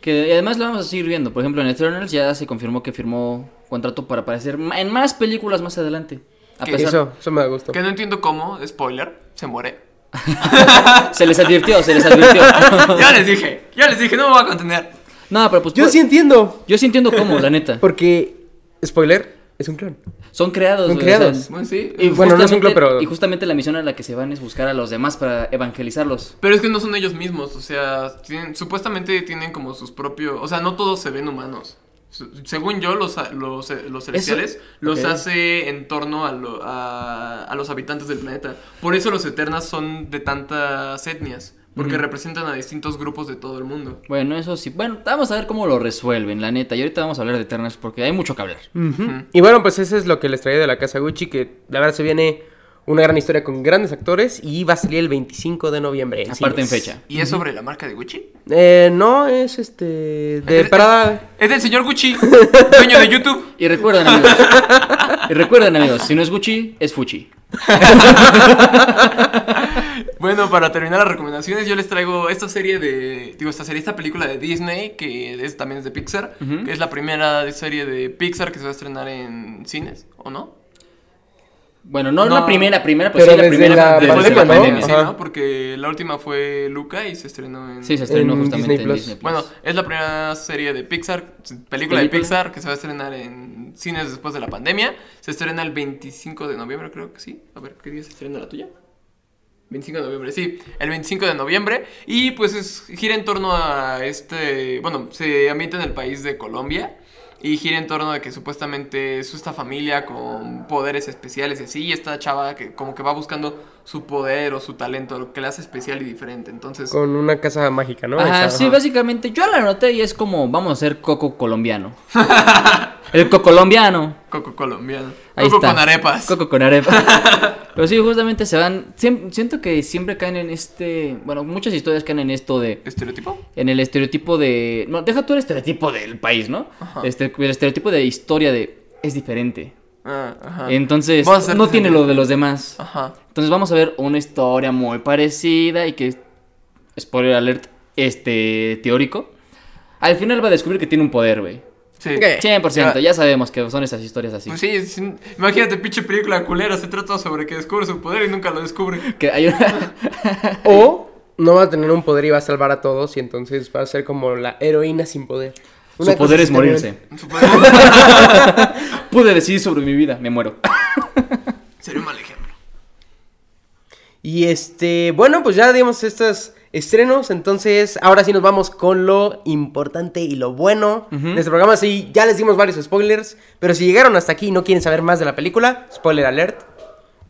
Speaker 1: Que además lo vamos a seguir viendo. Por ejemplo, en Eternals ya se confirmó que firmó contrato para aparecer ma- en más películas más adelante. A
Speaker 2: ¿Qué?
Speaker 1: pesar-
Speaker 3: Eso, eso me da gusto.
Speaker 2: Que no entiendo cómo, spoiler, se muere.
Speaker 1: Se les advirtió, se les advirtió.
Speaker 2: ya les dije, ya les dije, no me voy a contener.
Speaker 1: no, pero pues
Speaker 3: Yo
Speaker 1: pues,
Speaker 3: sí entiendo,
Speaker 1: yo sí entiendo cómo, la neta.
Speaker 3: porque, spoiler, es un clon.
Speaker 1: Son creados.
Speaker 3: Son
Speaker 1: güey, o sea,
Speaker 3: creados.
Speaker 2: Bueno, sí.
Speaker 1: y
Speaker 3: Bueno, no es un
Speaker 1: justamente-
Speaker 3: clon, pero-
Speaker 1: Y justamente la misión a la que se van es buscar a los demás para evangelizarlos.
Speaker 2: Pero es que no son ellos mismos, o sea, tienen- supuestamente tienen como sus propios, o sea, no todos se ven humanos. Su- Según yo, los, a- los, eh, los celestiales los
Speaker 1: ok.
Speaker 2: hace en torno a, lo- a, a los habitantes del planeta. Por eso los eternas son de tantas etnias, porque representan a distintos grupos de todo el mundo.
Speaker 1: Bueno, eso sí. Bueno, vamos a ver cómo lo resuelven, la neta. Y ahorita vamos a hablar de Eternals porque hay mucho que hablar.
Speaker 3: Mm,
Speaker 2: Ujú.
Speaker 3: Y bueno, pues eso es lo que les traía de la casa Gucci, que la verdad se viene una gran historia con grandes actores y va a salir el 25 de noviembre.
Speaker 1: Aparte en
Speaker 3: cines.
Speaker 1: fecha.
Speaker 2: ¿Y es sobre la marca de Gucci?
Speaker 3: Eh, no, es este. de
Speaker 2: Es-
Speaker 3: Prada.
Speaker 2: Es del señor Gucci, dueño de YouTube.
Speaker 1: Y recuerden, amigos. y recuerden, amigos. Si no es Gucci, es Fuchi.
Speaker 2: Bueno, para terminar las recomendaciones, yo les traigo esta serie de. Digo, esta serie, esta película de Disney, que es, también es de Pixar, que es la primera de- serie de Pixar que se va a estrenar en cines, ¿o no?
Speaker 1: Bueno, no, la
Speaker 2: No.
Speaker 1: primera, primera, pues
Speaker 3: Pero
Speaker 1: sí, la
Speaker 3: desde
Speaker 1: primera.
Speaker 3: la
Speaker 1: desde
Speaker 2: Después de
Speaker 3: pandemia, ¿no?
Speaker 2: pandemia, sí,
Speaker 3: Ajá.
Speaker 2: ¿no? Porque la última fue Luca y se estrenó en.
Speaker 1: Sí, se estrenó
Speaker 3: En
Speaker 1: justamente
Speaker 3: Disney
Speaker 1: en
Speaker 3: Plus.
Speaker 1: Disney Plus.
Speaker 2: Bueno, es la primera serie de Pixar, película de
Speaker 1: Película.
Speaker 2: Pixar que se va a estrenar en cines después de la pandemia. Se estrena el 25 de noviembre, creo que sí. A ver, ¿qué día se estrena la tuya? 25 de noviembre, sí, el 25 de noviembre. Y pues es- gira en torno a este. Bueno, se ambienta en el país de Colombia. Y gira en torno a que supuestamente es esta familia con poderes especiales y así. Y esta chava que como que va buscando su poder o su talento, lo que le hace especial y diferente. Entonces.
Speaker 3: Con una casa mágica, ¿no?
Speaker 1: Ajá,
Speaker 3: Esa,
Speaker 1: sí,
Speaker 3: ajá.
Speaker 1: básicamente yo la anoté y es como vamos a ser coco colombiano. El coco colombiano.
Speaker 2: Coco colombiano.
Speaker 1: Ahí
Speaker 2: Coco
Speaker 1: está.
Speaker 2: con arepas.
Speaker 1: Coco con arepa. Pero sí, justamente se van. siem- siento que siempre caen en este. Bueno, muchas historias caen en esto de.
Speaker 2: ¿Estereotipo?
Speaker 1: En el estereotipo de. No, deja tú el estereotipo del país, ¿no?
Speaker 2: Ajá.
Speaker 1: Este, el estereotipo de historia de. Es diferente.
Speaker 2: Ah, ajá.
Speaker 1: Entonces,
Speaker 2: Vamos a hacer
Speaker 1: no
Speaker 2: que
Speaker 1: tiene
Speaker 2: se-
Speaker 1: lo de los demás.
Speaker 2: Ajá.
Speaker 1: Entonces vamos a ver una historia muy parecida y que, spoiler alert, este teórico. Al final va a descubrir que tiene un poder, güey.
Speaker 2: Sí.
Speaker 3: ¿Qué?
Speaker 1: 100%, ya sabemos que son esas historias así.
Speaker 2: Pues Eh, sí, sí, imagínate, pinche película culera, se trata sobre que descubre su poder y nunca lo descubre.
Speaker 1: Que hay una-
Speaker 3: O no va a tener un poder y va a salvar a todos, y entonces va a ser como la heroína sin poder. Una
Speaker 1: Su poder
Speaker 3: cosa
Speaker 1: es
Speaker 3: así
Speaker 1: morirse.
Speaker 2: Su poder-
Speaker 1: Pude decidir sobre mi vida, me muero.
Speaker 2: Sería un mal ejemplo.
Speaker 3: Y este, bueno, pues ya dimos estos estrenos, entonces ahora sí nos vamos con lo importante y lo bueno de este programa. Sí, ya les dimos varios spoilers, pero si llegaron hasta aquí y no quieren saber más de la película, spoiler alert,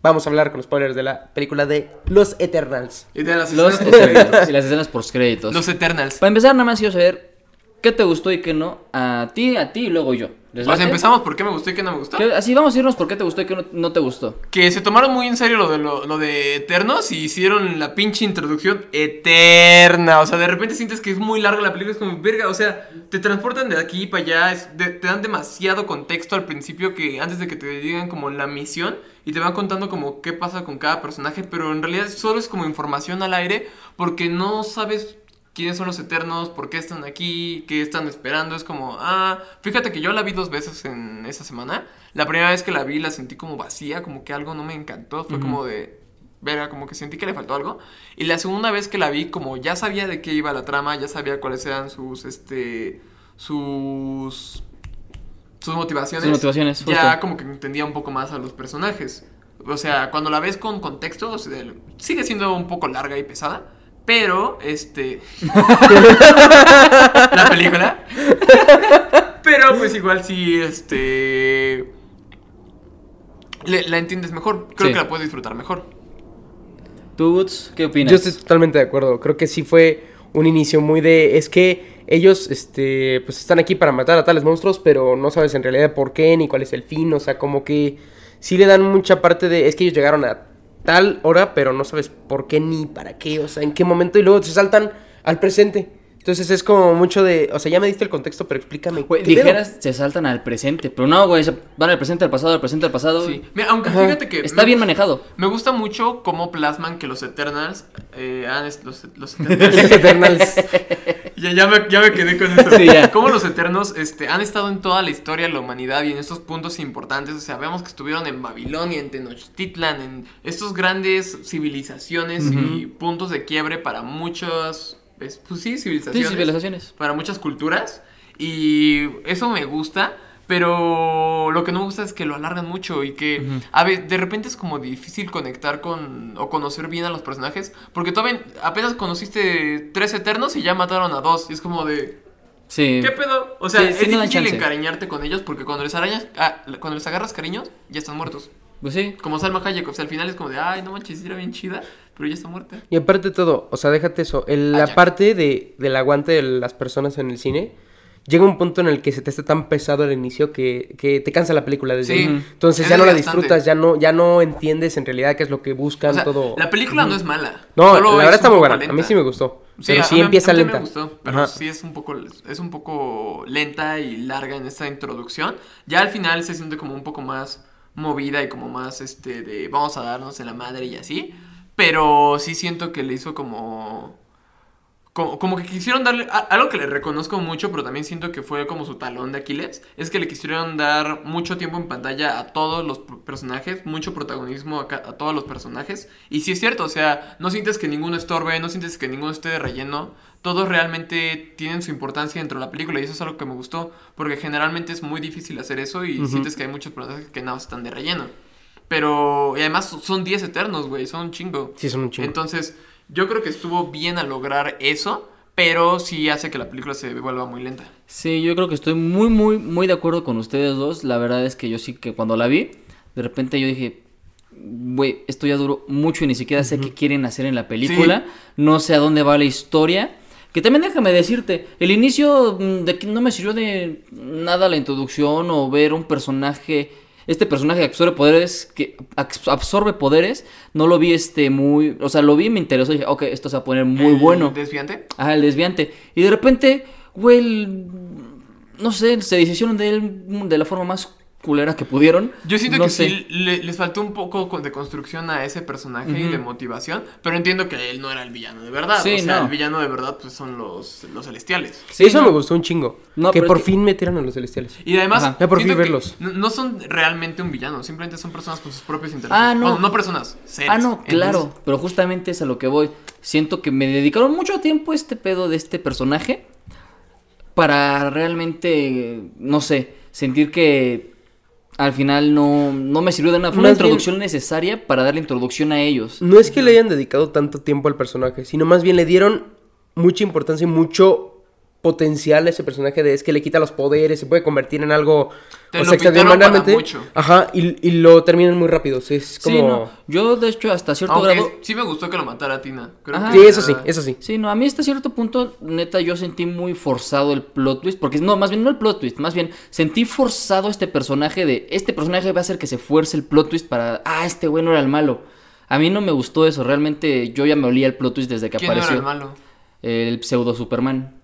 Speaker 3: vamos a hablar con spoilers de la película de Los Eternals.
Speaker 2: Y de las
Speaker 1: Los
Speaker 2: escenas post-
Speaker 1: créditos y las escenas por créditos.
Speaker 2: Los Eternals.
Speaker 1: Para empezar, nada más quiero saber qué te gustó y qué no. A ti, a ti y luego yo. ¿Les
Speaker 2: O sea,
Speaker 1: late?
Speaker 2: Pues empezamos por qué me gustó y qué no me gustó.
Speaker 1: ¿Qué- Así vamos a irnos por qué te gustó y qué no, no te gustó.
Speaker 2: Que se tomaron muy en serio lo de, lo, lo de Eternos y hicieron la pinche introducción eterna. O sea, de repente sientes que es muy larga la película, es como, verga, o sea, te transportan de aquí para allá, es de- te dan demasiado contexto al principio que antes de que te digan como la misión y te van contando como qué pasa con cada personaje, pero en realidad solo es como información al aire porque no sabes quiénes son los eternos, por qué están aquí, qué están esperando. Es como, ah, fíjate que yo la vi dos veces en esa semana. La primera vez que la vi la sentí como vacía, como que algo no me encantó. Fue como de, verga, como que sentí que le faltó algo. Y la segunda vez que la vi, como ya sabía de qué iba la trama, ya sabía cuáles eran sus, este, sus... Sus motivaciones.
Speaker 1: Sus motivaciones,
Speaker 2: Ya
Speaker 1: justo.
Speaker 2: como que entendía un poco más a los personajes. O sea, cuando la ves con contexto, o sea, sigue siendo un poco larga y pesada, pero, este... la película. Pero pues igual sí, este... le- la entiendes mejor. Creo
Speaker 1: Sí.
Speaker 2: que la puedes disfrutar mejor.
Speaker 1: ¿Tú, Woods, qué opinas?
Speaker 3: Yo estoy totalmente de acuerdo. Creo que sí fue un inicio muy de. Es que ellos, este, pues están aquí para matar a tales monstruos, pero no sabes en realidad por qué ni cuál es el fin. O sea, como que sí le dan mucha parte de. Es que ellos llegaron a tal hora, pero no sabes por qué ni para qué. O sea, en qué momento y luego se saltan al presente. Entonces es como mucho de. O sea, ya me diste el contexto, pero explícame.
Speaker 1: Güey,
Speaker 3: ¿qué pedo?
Speaker 1: dijeras, se saltan al presente. Pero no, güey, se van al presente, al pasado, al presente, al pasado.
Speaker 2: Sí. Mira, aunque fíjate que.
Speaker 1: Está
Speaker 2: me-
Speaker 1: bien manejado.
Speaker 2: Me gusta mucho cómo plasman que los Eternals. eh, han est- los, los Eternals.
Speaker 3: Los Eternals.
Speaker 2: ya, ya me, ya me quedé con eso.
Speaker 1: Sí, ya.
Speaker 2: Cómo los Eternos este, han estado en toda la historia de la humanidad y en estos puntos importantes. O sea, vemos que estuvieron en Babilonia, en Tenochtitlan, en estos grandes civilizaciones y puntos de quiebre para muchas. es- Pues sí,
Speaker 1: Sí,
Speaker 2: civilizaciones
Speaker 1: civilizaciones.
Speaker 2: para muchas culturas y eso me gusta, pero lo que no me gusta es que lo alargan mucho y que a ve- de repente es como difícil conectar con o conocer bien a los personajes, porque todavía apenas conociste tres eternos y ya mataron a dos, y es como de
Speaker 1: Sí.
Speaker 2: ¿qué pedo? O sea,
Speaker 1: Sí, sí
Speaker 2: es
Speaker 1: no dan
Speaker 2: difícil
Speaker 1: chance.
Speaker 2: encariñarte con ellos porque cuando les arañas ah, cuando les agarras cariños ya están muertos.
Speaker 1: Pues sí.
Speaker 2: Como Salma Hayek, o sea, al final es como de, ay, no manches, era bien chida, pero ya está muerta.
Speaker 3: Y aparte de todo, o sea, déjate eso, el-
Speaker 2: Ah,
Speaker 3: la
Speaker 2: ya.
Speaker 3: parte de, del aguante de las personas en el cine, llega un punto en el que se te está tan pesado el inicio que, que te cansa la película desde
Speaker 2: Sí.
Speaker 3: ahí. Entonces
Speaker 2: Es
Speaker 3: ya no la
Speaker 2: desgastante.
Speaker 3: disfrutas, ya no, ya no entiendes en realidad qué es lo que buscan
Speaker 2: O sea,
Speaker 3: todo.
Speaker 2: la película no es mala.
Speaker 3: No,
Speaker 2: solo es
Speaker 3: la verdad
Speaker 2: un
Speaker 3: está muy
Speaker 2: poco
Speaker 3: buena, a
Speaker 2: lenta.
Speaker 3: mí sí me gustó.
Speaker 2: Sí,
Speaker 3: pero
Speaker 2: a-
Speaker 3: sí
Speaker 2: a mí-
Speaker 3: empieza
Speaker 2: a mí
Speaker 3: lenta.
Speaker 2: también me gustó, pero
Speaker 3: Ajá.
Speaker 2: sí es un poco es un poco lenta y larga en esta introducción. Ya al final se siente como un poco más movida y como más este de vamos a darnos en la madre y así, pero sí siento que le hizo como como, como que quisieron darle a- algo que le reconozco mucho, pero también siento que fue como su talón de Aquiles, es que le quisieron dar mucho tiempo en pantalla a todos los pr- personajes, mucho protagonismo a, ca- a todos los personajes. Y sí es cierto, o sea, no sientes que ninguno estorbe, no sientes que ninguno esté de relleno. Todos realmente tienen su importancia dentro de la película y eso es algo que me gustó, porque generalmente es muy difícil hacer eso y sientes que hay muchos personajes que nada más están de relleno. Pero, y además son 10 eternos, güey, son un chingo.
Speaker 3: Sí, son un chingo.
Speaker 2: Entonces, yo creo que estuvo bien a lograr eso, pero sí hace que la película se vuelva muy lenta.
Speaker 1: Sí, yo creo que estoy muy, muy, muy de acuerdo con ustedes dos. La verdad es que yo sí que cuando la vi, de repente yo dije, güey, esto ya duró mucho y ni siquiera sé qué quieren hacer en la película. No sé a dónde va la historia. Que también déjame decirte, el inicio mm, de que no me sirvió de nada la introducción o ver un personaje, este personaje que absorbe poderes, que abs- absorbe poderes, no lo vi este muy, o sea, lo vi y me interesó, dije, ok, esto se va a poner muy
Speaker 2: El
Speaker 1: bueno.
Speaker 2: Desviante.
Speaker 1: Ah, el desviante. Y de repente, güey, el- no sé, se deshicieron de él de la forma más culera que pudieron.
Speaker 2: Yo siento
Speaker 1: No
Speaker 2: que
Speaker 1: sé.
Speaker 2: sí le- les faltó un poco con- de construcción a ese personaje y de motivación, pero entiendo que él no era el villano de verdad.
Speaker 1: Sí,
Speaker 2: o sea,
Speaker 1: no.
Speaker 2: el villano de verdad pues son los, los celestiales.
Speaker 1: Sí,
Speaker 3: Eso
Speaker 1: no.
Speaker 3: me gustó un chingo.
Speaker 1: No,
Speaker 3: que
Speaker 1: pero
Speaker 3: por
Speaker 1: es que-
Speaker 3: fin metieron a los celestiales.
Speaker 2: Y además,
Speaker 1: Ajá.
Speaker 3: Ya por fin
Speaker 2: siento que
Speaker 3: verlos.
Speaker 2: No, no son realmente un villano, simplemente son personas con sus propios intereses.
Speaker 1: Ah, no.
Speaker 2: Bueno, no personas, seres.
Speaker 1: Ah, no,
Speaker 2: Entonces,
Speaker 1: claro, pero justamente es a lo que voy. Siento que me dedicaron mucho tiempo a este pedo de este personaje para realmente, no sé, sentir que al final no, no me sirvió de nada. Fue una
Speaker 3: Más bien- Mm,
Speaker 1: introducción necesaria para darle introducción a ellos.
Speaker 3: No es que le hayan dedicado tanto tiempo al personaje, sino más bien le dieron mucha importancia y mucho potencial a ese personaje de es que le quita los poderes, se puede convertir en algo
Speaker 2: Te lo pintaron para mucho.
Speaker 3: Ajá, y, y lo terminan muy rápido. sí, es como.
Speaker 1: Sí, no. Yo, de hecho, hasta cierto
Speaker 2: Aunque
Speaker 1: grado.
Speaker 2: sí me gustó que lo matara a Tina. Creo
Speaker 1: Ajá.
Speaker 2: que
Speaker 3: Sí, eso sí,
Speaker 2: era-
Speaker 3: eso sí.
Speaker 1: Sí, no, a mí hasta cierto punto, neta, yo sentí muy forzado el plot twist, porque no, más bien no el plot twist, más bien sentí forzado este personaje de, este personaje va a hacer que se fuerce el plot twist para, ah, este güey no era el malo. A mí no me gustó eso, realmente yo ya me olía el plot twist desde que
Speaker 2: ¿Quién no era
Speaker 1: apareció
Speaker 2: el malo?
Speaker 1: el pseudo Superman.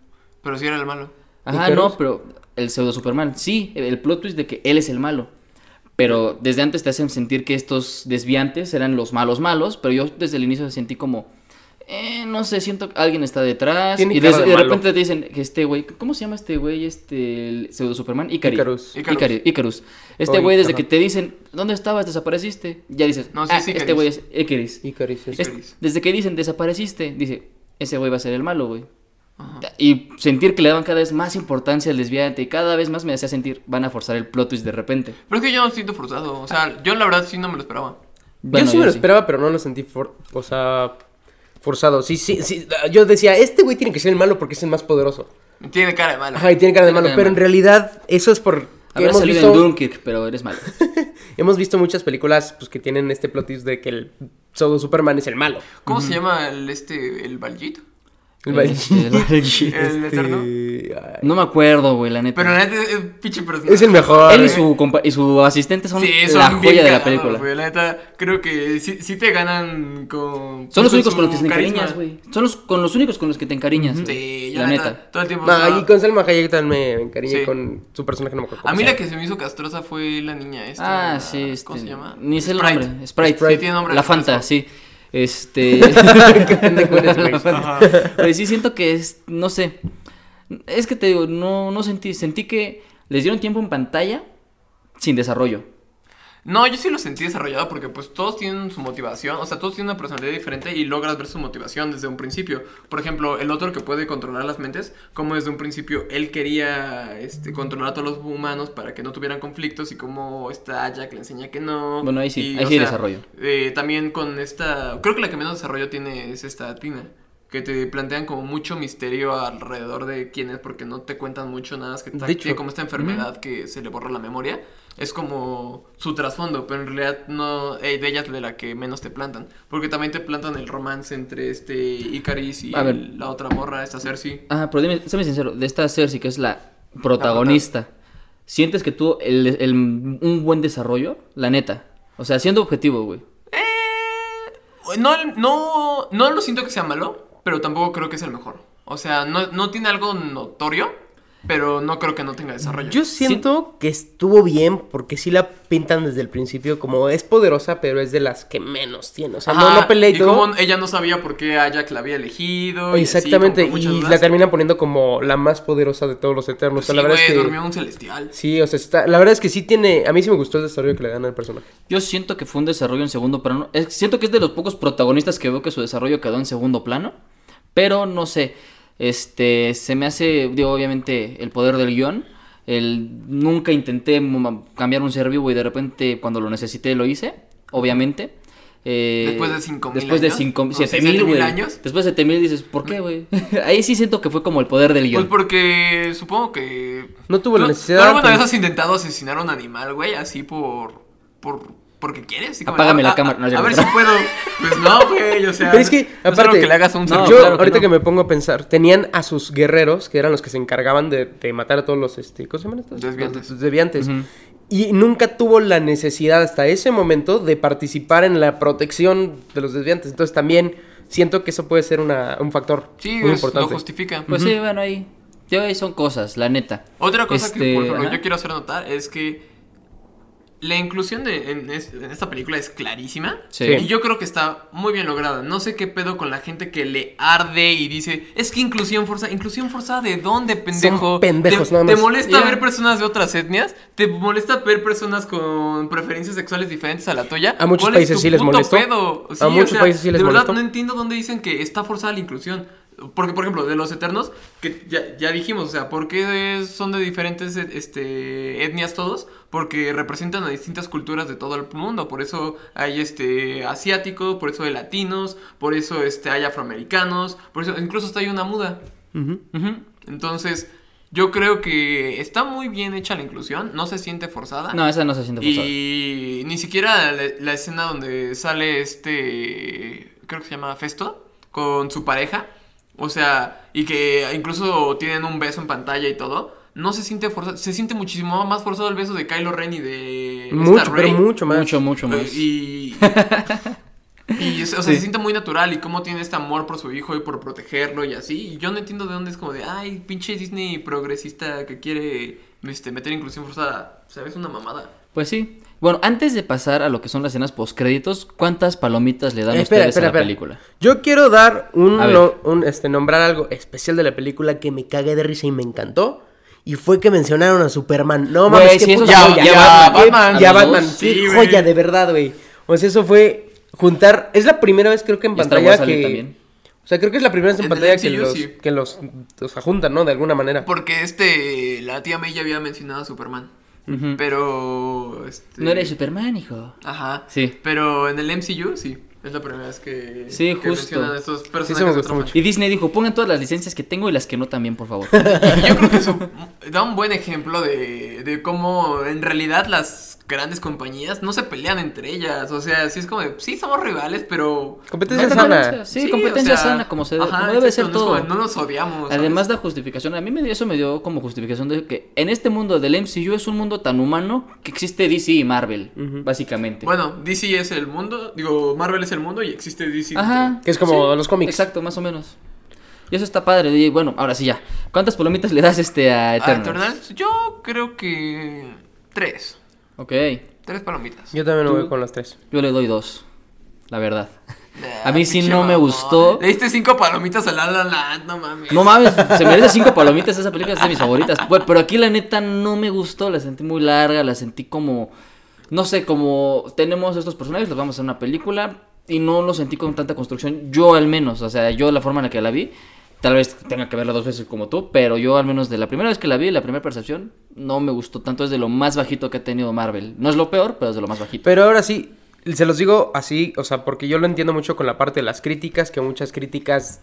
Speaker 2: Pero sí era el malo.
Speaker 1: Ajá,
Speaker 3: qué
Speaker 1: no,
Speaker 3: eres?
Speaker 1: pero el pseudo Superman, sí, el plot twist de que él es el malo. Pero desde antes te hacen sentir que estos desviantes eran los malos malos, pero yo desde el inicio sentí como, eh, no sé, siento que alguien está detrás.
Speaker 3: Tiene
Speaker 1: Y
Speaker 3: cara
Speaker 1: des-
Speaker 3: de
Speaker 1: de,
Speaker 3: malo.
Speaker 1: repente te dicen que este güey, ¿cómo se llama este güey? Este, el pseudo Superman, Icarus.
Speaker 3: Icarus.
Speaker 2: Icarus.
Speaker 1: Este
Speaker 3: Oy,
Speaker 1: güey desde
Speaker 3: ajá.
Speaker 1: que te dicen, ¿dónde estabas? ¿Desapareciste? Ya dices,
Speaker 2: No, sí
Speaker 1: "Ah,
Speaker 2: es
Speaker 1: este
Speaker 2: Icarus.
Speaker 1: güey es Icarus.
Speaker 3: Icaris, es-
Speaker 1: Es-
Speaker 2: Icarus.
Speaker 1: desde que dicen desapareciste, dice, ese güey va a ser el malo, güey. Y sentir que le daban cada vez más importancia al desviante y cada vez más me hacía sentir, van a forzar el plot twist de repente.
Speaker 2: Pero es que yo no siento forzado. O
Speaker 3: Ah.
Speaker 2: sea, yo la verdad sí no me lo esperaba.
Speaker 1: Bueno,
Speaker 3: yo sí me lo
Speaker 1: sí.
Speaker 3: esperaba, pero no lo sentí for- o sea, forzado. Sí, sí, sí. Yo decía, este güey tiene que ser el malo porque es el más poderoso.
Speaker 2: Tiene cara de malo.
Speaker 3: Ajá, y tiene cara de
Speaker 1: Tiene
Speaker 3: malo.
Speaker 1: cara de
Speaker 3: Pero en
Speaker 1: malo.
Speaker 3: realidad, eso es por. que
Speaker 1: Habrá
Speaker 3: hemos
Speaker 1: salido
Speaker 3: visto-
Speaker 1: en Dunkirk, pero eres malo.
Speaker 3: Hemos visto muchas películas pues, que tienen este plot twist de que el pseudo Superman es el malo.
Speaker 2: ¿Cómo se llama el este, el Baljit?
Speaker 3: El Val-
Speaker 1: Este, la-
Speaker 2: El Eterno.
Speaker 3: Este, ay,
Speaker 1: No me acuerdo, güey, la neta.
Speaker 2: Pero la neta es es pinche personaje.
Speaker 3: Es el mejor.
Speaker 1: Él y
Speaker 3: ¿eh?
Speaker 1: su, compa- y su asistente son
Speaker 2: Sí, son
Speaker 1: la
Speaker 2: bien
Speaker 1: joya de la
Speaker 2: cagados,
Speaker 1: película.
Speaker 2: güey. La neta, creo que sí, sí te ganan con.
Speaker 1: Son los
Speaker 2: con
Speaker 1: únicos
Speaker 2: su
Speaker 1: con los que te
Speaker 2: carisma.
Speaker 1: encariñas, güey. Son los, con los únicos con los que te encariñas.
Speaker 2: Sí,
Speaker 1: güey.
Speaker 2: yo
Speaker 1: la neta.
Speaker 2: Todo el tiempo.
Speaker 3: pues, No,
Speaker 2: estaba-
Speaker 3: y con Selma Hayek también me encariñé
Speaker 2: Sí.
Speaker 3: con su personaje, no me acuerdo.
Speaker 2: A mí la que se me hizo castrosa fue la niña esta.
Speaker 1: Ah, sí, este,
Speaker 2: ¿Cómo se llama?
Speaker 1: Ni sé el
Speaker 2: Sprite.
Speaker 1: nombre. Sprite.
Speaker 2: Sprite. Sí, tiene nombre
Speaker 1: La
Speaker 2: de
Speaker 1: Fanta,
Speaker 2: fresco.
Speaker 1: sí. Este. Pero sí siento que es. No sé. Es que te digo, no, no sentí. Sentí que les dieron tiempo en pantalla sin desarrollo.
Speaker 2: No, yo sí lo sentí desarrollado porque pues todos tienen su motivación, o sea, todos tienen una personalidad diferente y logras ver su motivación desde un principio. Por ejemplo, el otro que puede controlar las mentes, como desde un principio él quería este, controlar a todos los humanos para que no tuvieran conflictos y como esta Jack le enseña que no.
Speaker 1: Bueno, ahí sí,
Speaker 2: Y,
Speaker 1: ahí
Speaker 2: o
Speaker 1: sí hay
Speaker 2: sea,
Speaker 1: desarrollo.
Speaker 2: eh, también con esta, creo que la que menos desarrollo tiene es esta Tina. Que te plantean como mucho misterio alrededor de quién es, porque no te cuentan mucho nada, es que
Speaker 3: De
Speaker 2: tiene
Speaker 3: hecho.
Speaker 2: como esta enfermedad que se le borra la memoria. Es como su trasfondo, pero en realidad no eh, de ellas de la que menos te plantan. Porque también te plantan el romance entre este Icaris y
Speaker 1: A ver.
Speaker 2: la otra morra, esta Cersei.
Speaker 1: Ajá, Ah, pero dime, séme sincero, de esta Cersei que es la protagonista, ¿sientes que tuvo el, el- un buen desarrollo? La neta. O sea, siendo objetivo, güey.
Speaker 2: Eh, No, no, no lo siento que sea malo, pero tampoco creo que es el mejor. O sea, no, no tiene algo notorio, pero no creo que no tenga desarrollo.
Speaker 3: Yo siento que estuvo bien porque sí la pintan desde el principio como es poderosa, pero es de las que menos tiene. O sea, no,
Speaker 2: Ajá,
Speaker 3: no pelea y
Speaker 2: y
Speaker 3: todo.
Speaker 2: como ella no sabía por qué a Jack la había elegido. y así,
Speaker 3: Exactamente,
Speaker 2: como con
Speaker 3: y,
Speaker 2: muchas
Speaker 3: la
Speaker 2: dudas.
Speaker 3: terminan poniendo como la más poderosa de todos los eternos.
Speaker 2: Pues
Speaker 3: o sea,
Speaker 2: sí,
Speaker 3: la verdad
Speaker 2: güey,
Speaker 3: es que.
Speaker 2: durmió un celestial.
Speaker 3: Sí, o sea, está- la verdad es que sí tiene. A mí sí me gustó el desarrollo que le dan al personaje.
Speaker 1: Yo siento que fue un desarrollo en segundo plano. Es- siento que es de los pocos protagonistas que veo que su desarrollo quedó en segundo plano. Pero no sé. Este, se me hace, digo, obviamente, el poder del guión. El, nunca intenté mo- cambiar un ser vivo y de repente cuando lo necesité lo hice, obviamente. Eh,
Speaker 2: Después de 5,000
Speaker 1: Después de
Speaker 2: años.
Speaker 1: 5
Speaker 2: No,
Speaker 1: 7000,
Speaker 2: 7,000
Speaker 1: güey.
Speaker 2: años. Mm.
Speaker 1: Después de 7000 dices, ¿por qué, güey? Ahí sí siento que fue como el poder del
Speaker 2: Pues
Speaker 1: guión.
Speaker 2: porque supongo que.
Speaker 3: No tuvo la necesidad,
Speaker 2: ¿No alguna
Speaker 3: pero-
Speaker 2: vez has intentado asesinar a un animal, güey? Así por. por porque quieres. Así como,
Speaker 1: Apágame
Speaker 2: a-
Speaker 1: la
Speaker 2: a-
Speaker 1: cámara. No,
Speaker 2: a
Speaker 1: ya
Speaker 2: ver
Speaker 1: no.
Speaker 2: si puedo. Pues no, güey. O sea.
Speaker 3: Pero es que,
Speaker 2: no es algo
Speaker 3: aparte,
Speaker 2: que le hagas a un
Speaker 1: no,
Speaker 2: ser
Speaker 3: Yo,
Speaker 2: vivo.
Speaker 1: claro que
Speaker 3: ahorita
Speaker 1: no.
Speaker 3: que me pongo a pensar, tenían a sus guerreros, que eran los que se encargaban de, de matar a todos los, este, ¿cómo se llaman estos?
Speaker 2: Desviantes.
Speaker 3: Los desviantes. Y nunca tuvo la necesidad hasta ese momento de participar en la protección de los desviantes. Entonces también siento que eso puede ser una- un factor
Speaker 2: Sí,
Speaker 3: muy
Speaker 2: es- lo
Speaker 3: importante.
Speaker 2: justifica.
Speaker 1: Pues sí, bueno, ahí. Yo ahí son cosas, la neta.
Speaker 2: Otra cosa que,
Speaker 1: Este,
Speaker 2: por ejemplo,
Speaker 1: ajá.
Speaker 2: yo quiero hacer notar es que la inclusión de- en, es- en esta película es clarísima.
Speaker 1: Sí.
Speaker 2: Y yo creo que está muy bien lograda. No sé qué pedo con la gente que le arde y dice, es que inclusión forzada. ¿Inclusión forzada de dónde, pendejo?
Speaker 3: pendejos,
Speaker 2: ¿Te,
Speaker 3: nada
Speaker 2: te
Speaker 3: más.
Speaker 2: molesta
Speaker 1: Ya.
Speaker 2: ver personas de otras etnias? ¿Te molesta ver personas con preferencias sexuales diferentes a la tuya?
Speaker 3: A muchos
Speaker 2: ¿Cuál es
Speaker 3: países
Speaker 2: tu
Speaker 3: sí les
Speaker 2: puto
Speaker 3: molestó.
Speaker 2: pedo?
Speaker 3: A
Speaker 2: Sí, o
Speaker 3: muchos
Speaker 2: sea,
Speaker 3: países sí les
Speaker 2: de verdad,
Speaker 3: molestó.
Speaker 2: no entiendo dónde dicen que está forzada la inclusión. Porque, por ejemplo, de los eternos, que ya, ya dijimos, o sea, ¿por qué es- son de diferentes e- este, etnias todos? Porque representan a distintas culturas de todo el mundo. Por eso hay este asiáticos, por eso hay latinos, por eso este, hay afroamericanos, por eso incluso hasta hay una muda.
Speaker 3: Ujú.
Speaker 1: Ujú.
Speaker 2: Entonces, yo creo que está muy bien hecha la inclusión, no se siente forzada.
Speaker 1: No, esa no se siente forzada.
Speaker 2: Y ni siquiera la, la escena donde sale este, creo que se llama Festo, con su pareja. O sea, y que incluso tienen un beso en pantalla y todo. No se siente forzado, se siente muchísimo más forzado el beso de Kylo Ren y de... esta
Speaker 3: Mucho, pero
Speaker 2: Rey.
Speaker 3: mucho más. Eh,
Speaker 1: Mucho, mucho más.
Speaker 2: Y... y, o sea, se siente muy natural y cómo tiene este amor por su hijo y por protegerlo y así. Y yo no entiendo de dónde es como de, ay, pinche Disney progresista que quiere este, meter inclusión forzada. ¿Sabes? Una mamada.
Speaker 1: Pues sí. Bueno, antes de pasar a lo que son las escenas postcréditos, ¿cuántas palomitas le dan
Speaker 3: Eh,
Speaker 1: ustedes a la película?
Speaker 3: Yo quiero dar un,
Speaker 1: A ver.
Speaker 3: no- un, este, nombrar algo especial de la película que me cagué de risa y me encantó. Y fue que mencionaron a Superman. No
Speaker 1: Güey,
Speaker 3: mames,
Speaker 1: sí,
Speaker 3: qué
Speaker 1: eso
Speaker 3: puta
Speaker 1: está-
Speaker 3: joya.
Speaker 1: ya
Speaker 3: Qué-
Speaker 1: Batman,
Speaker 3: ya
Speaker 1: amigos.
Speaker 3: Batman.
Speaker 2: Sí,
Speaker 3: qué
Speaker 2: güey.
Speaker 3: joya, de verdad, güey. O sea, eso fue juntar. Es la primera vez, creo que en
Speaker 1: Y Star
Speaker 3: pantalla
Speaker 1: Wars sale
Speaker 3: que.
Speaker 1: también.
Speaker 3: O sea, creo que es la primera vez en,
Speaker 2: En el
Speaker 3: pantalla que
Speaker 2: MCU,
Speaker 3: los,
Speaker 2: sí.
Speaker 3: que los, o sea, juntan, ¿no? De alguna manera.
Speaker 2: Porque este, la tía May ya había mencionado a Superman.
Speaker 1: Ujú.
Speaker 3: Este
Speaker 2: Pero. Este,
Speaker 1: Mm. No eres Superman, hijo.
Speaker 2: Ajá.
Speaker 1: Sí.
Speaker 2: Pero en el MCU sí. Es la primera vez que,
Speaker 1: Sí,
Speaker 2: que
Speaker 1: justo.
Speaker 2: mencionan a estos personajes.
Speaker 3: Sí, eso me
Speaker 2: de
Speaker 3: gustó
Speaker 2: otra
Speaker 3: mucho.
Speaker 1: Y Disney dijo, pongan todas las licencias que tengo y las que no también, por favor.
Speaker 2: manera. Y Yo creo que eso da un buen ejemplo de, de cómo en realidad las grandes compañías no se pelean entre ellas. O sea, sí es como de, sí somos rivales, pero.
Speaker 3: Competencia
Speaker 1: No,
Speaker 3: sana.
Speaker 1: competencia, Sí, competencia
Speaker 2: o sea,
Speaker 1: sana, como, se,
Speaker 2: ajá,
Speaker 1: como debe
Speaker 2: exacto,
Speaker 1: ser
Speaker 2: no es
Speaker 1: todo.
Speaker 2: como de, No, nos odiamos. ¿sabes?
Speaker 1: Además la justificación, a mí me dio, eso me dio como justificación de que en este mundo del MCU es un mundo tan humano que existe DC y Marvel, básicamente.
Speaker 2: Bueno, DC es el mundo, digo, Marvel es el mundo y existe DC.
Speaker 1: Ajá.
Speaker 3: Que es como los cómics.
Speaker 1: Exacto, más o menos. Y eso está padre. Y bueno, ahora sí ya. ¿Cuántas palomitas le das este a
Speaker 2: Ah,
Speaker 1: Eternals?
Speaker 2: Eternals, yo creo que tres.
Speaker 1: Ok,
Speaker 2: Tres palomitas.
Speaker 3: Yo también lo
Speaker 1: Tú-
Speaker 3: voy con los tres.
Speaker 1: yo le doy dos, la verdad.
Speaker 2: Nah,
Speaker 1: A mí sí
Speaker 2: pinche
Speaker 1: no me
Speaker 2: mamón.
Speaker 1: gustó.
Speaker 2: Le diste cinco palomitas al La La Land, no mames.
Speaker 1: No mames, se merece cinco palomitas esa película, es de mis favoritas. Bueno, pero aquí la neta no me gustó, la sentí muy larga, la sentí como, no sé, como tenemos estos personajes, los vamos a hacer una película y no lo sentí con tanta construcción, yo al menos, o sea, yo la forma en la que la vi, tal vez tenga que verla dos veces como tú, pero yo al menos de la primera vez que la vi, la primera percepción, no me gustó tanto, es de lo más bajito que ha tenido Marvel. No es lo peor, pero es de lo más bajito.
Speaker 3: Pero ahora sí, se los digo así, o sea, porque yo lo entiendo mucho con la parte de las críticas, que muchas críticas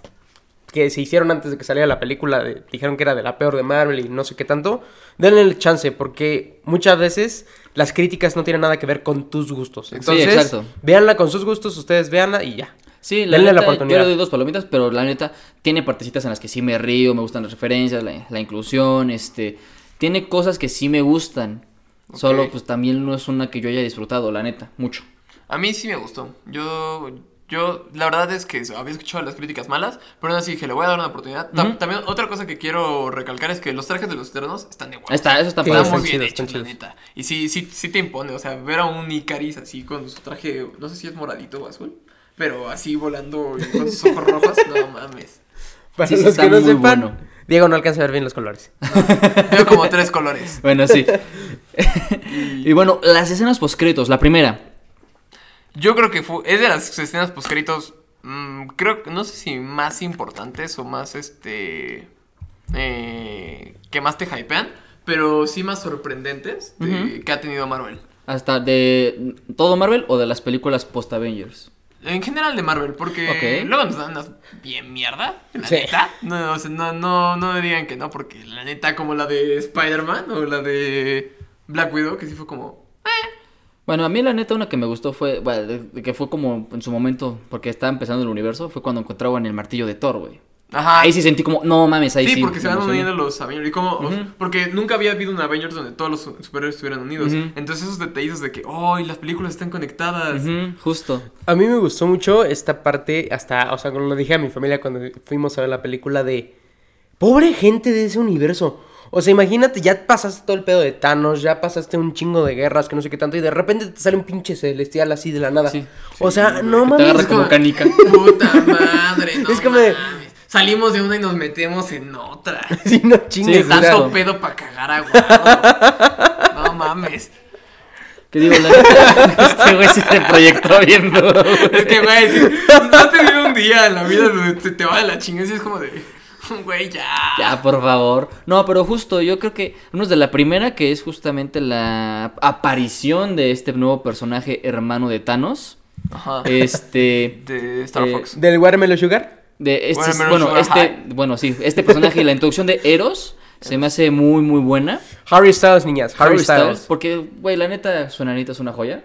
Speaker 3: que se hicieron antes de que saliera la película de- dijeron que era de la peor de Marvel y no sé qué tanto. Denle el chance, porque muchas veces las críticas no tienen nada que ver con tus gustos. Entonces,
Speaker 1: exacto.
Speaker 3: véanla con sus gustos, ustedes véanla y ya.
Speaker 1: Sí, la
Speaker 3: Denle
Speaker 1: neta,
Speaker 3: la oportunidad.
Speaker 1: yo le doy dos palomitas, pero la neta tiene partecitas en las que sí me río, me gustan las referencias, la, la inclusión, este, tiene cosas que sí me gustan. Solo pues también no es una que yo haya disfrutado, la neta, mucho.
Speaker 2: A mí sí me gustó. Yo, yo, la verdad es que había escuchado las críticas malas, pero aún así dije, le voy a dar una oportunidad. Ta-
Speaker 1: Ujú.
Speaker 2: También otra cosa que quiero recalcar es que los trajes de los Eternos están de
Speaker 1: Ahí
Speaker 2: guay.
Speaker 1: está, eso está
Speaker 3: Sí,
Speaker 1: padre.
Speaker 2: Están
Speaker 3: están
Speaker 2: muy bien
Speaker 3: chidos, están
Speaker 2: hechos, la
Speaker 3: chidos.
Speaker 2: neta. Y sí, sí, sí te impone, o sea, ver a un Icaris así con su traje, no sé si es moradito o azul, pero así volando y con sus ojos rojos, no mames.
Speaker 3: Para
Speaker 1: Sí, sí,
Speaker 3: los
Speaker 1: está
Speaker 3: que no
Speaker 1: muy
Speaker 3: sepan,
Speaker 1: bueno.
Speaker 3: Diego no alcanza a ver bien los colores.
Speaker 2: Veo como tres colores.
Speaker 1: Bueno, sí. y bueno, las escenas postcritos, la primera.
Speaker 2: Yo creo que fue, es de las escenas poscritos, mm, creo que, no sé si más importantes o más, este, eh, que más te hypean, pero sí más sorprendentes de-
Speaker 1: Ujú.
Speaker 2: que ha tenido Marvel.
Speaker 1: Hasta de todo Marvel o de las películas post Avengers.
Speaker 2: En general de Marvel, porque
Speaker 1: Ok.
Speaker 2: luego nos dan unas bien mierda, la
Speaker 3: Sí.
Speaker 2: neta. No, o sea, no, no, no me digan que no, porque la neta como la de Spider-Man o la de Black Widow, que sí fue como...
Speaker 1: Bueno, a mí la neta una que me gustó fue, bueno, de- de que fue como en su momento, porque estaba empezando el universo, fue cuando encontraban el martillo de Thor, güey.
Speaker 2: Ajá,
Speaker 1: Ahí sí sentí como, no mames, ahí
Speaker 2: Sí,
Speaker 1: sí.
Speaker 2: porque se
Speaker 1: me
Speaker 2: van
Speaker 1: emocioné.
Speaker 2: uniendo los Avengers. y como-
Speaker 1: Ujú.
Speaker 2: Porque nunca había habido un Avengers donde todos los superhéroes estuvieran unidos.
Speaker 1: Ujú.
Speaker 2: Entonces, esos detallitos de que, ¡oh! y las películas están conectadas.
Speaker 1: Ujú, justo.
Speaker 3: A mí me gustó mucho esta parte, hasta, o sea, como lo dije a mi familia cuando fuimos a ver la película de... Pobre gente de ese universo. O sea, imagínate, ya pasaste todo el pedo de Thanos, ya pasaste un chingo de guerras, que no sé qué tanto, y de repente te sale un pinche celestial así de la nada.
Speaker 1: Sí,
Speaker 3: o sea,
Speaker 2: güey,
Speaker 3: no
Speaker 1: que te agarra
Speaker 3: mames.
Speaker 1: como canica.
Speaker 2: ¡Puta madre! No
Speaker 3: Es como de-
Speaker 2: mames. Salimos de una y nos metemos en otra.
Speaker 3: Sí, no chingues.
Speaker 1: Sí,
Speaker 2: Tanto
Speaker 1: jurado.
Speaker 2: pedo para cagar agua. No mames.
Speaker 1: ¿Qué digo? La neta, este güey sí te proyectó bien duro, güey.
Speaker 2: Es que, güey, si no te vive un día en la vida donde se te va de la chingada. Y es como de, güey, ya.
Speaker 1: Ya, por favor. No, pero justo, yo creo que uno es de la primera, que es justamente la aparición de este nuevo personaje hermano de Thanos.
Speaker 2: Ajá.
Speaker 1: Este.
Speaker 2: de Star
Speaker 1: eh,
Speaker 2: Fox.
Speaker 3: ¿Del Watermelon Sugar?
Speaker 1: De este,
Speaker 2: Bueno, menos
Speaker 1: bueno,
Speaker 2: Sugar
Speaker 1: este,
Speaker 2: High.
Speaker 1: bueno, sí, este personaje y la introducción de Eros se me hace muy, muy buena.
Speaker 3: Harry Styles, niñas. Harry, Styles.
Speaker 1: Porque, güey, la neta, su enanita es una joya.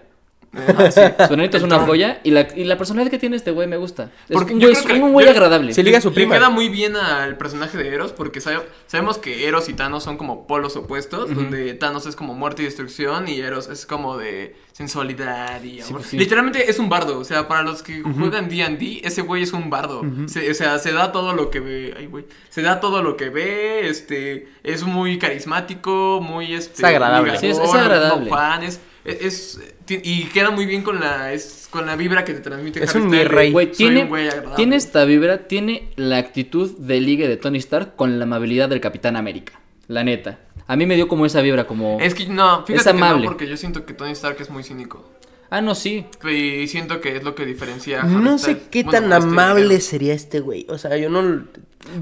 Speaker 2: Ajá, Ah, sí.
Speaker 1: Su enanita es una joya. Y la, y la personalidad que tiene este güey me gusta. Es
Speaker 2: Porque
Speaker 1: un
Speaker 2: yo
Speaker 1: güey,
Speaker 2: creo
Speaker 1: es
Speaker 2: que-
Speaker 1: un güey
Speaker 2: yo-
Speaker 1: agradable.
Speaker 3: Sí, liga a su
Speaker 2: Le
Speaker 3: prima.
Speaker 2: queda muy bien al personaje de Eros porque sabe- sabemos que Eros y Thanos son como polos opuestos, donde Thanos es como muerte y destrucción y Eros es como de sensualidad y amor.
Speaker 1: pues sí.
Speaker 2: Literalmente es un bardo, o sea, para los que juegan D&D, ese güey es un bardo. Se- o sea, se da todo lo que ve, ay güey, se da todo lo que ve, este, es muy carismático, muy este
Speaker 3: Es agradable.
Speaker 1: Sí, es- es
Speaker 2: ligador,
Speaker 1: agradable.
Speaker 2: no fan, es- es- ti- y queda muy bien con la es- con la vibra que te transmite
Speaker 3: Es
Speaker 2: Harry
Speaker 3: un
Speaker 2: Styles de,
Speaker 3: virrey.
Speaker 1: Güey,
Speaker 2: "Soy un
Speaker 1: tiene,
Speaker 2: güey agradable".
Speaker 1: tiene esta vibra, tiene la actitud de ligue de Tony Stark con la amabilidad del Capitán América. La neta. A mí me dio como esa vibra, como.
Speaker 2: Es que no, fíjate
Speaker 1: Es
Speaker 2: que
Speaker 1: amable.
Speaker 2: no, porque yo siento que Tony Stark es muy cínico.
Speaker 1: Ah, no, sí.
Speaker 2: Y siento que es lo que diferencia a Harry
Speaker 3: No sé
Speaker 2: Styles.
Speaker 3: qué
Speaker 2: Bueno,
Speaker 3: tan
Speaker 2: a este
Speaker 3: amable
Speaker 2: héroe.
Speaker 3: sería este güey. O sea, yo no.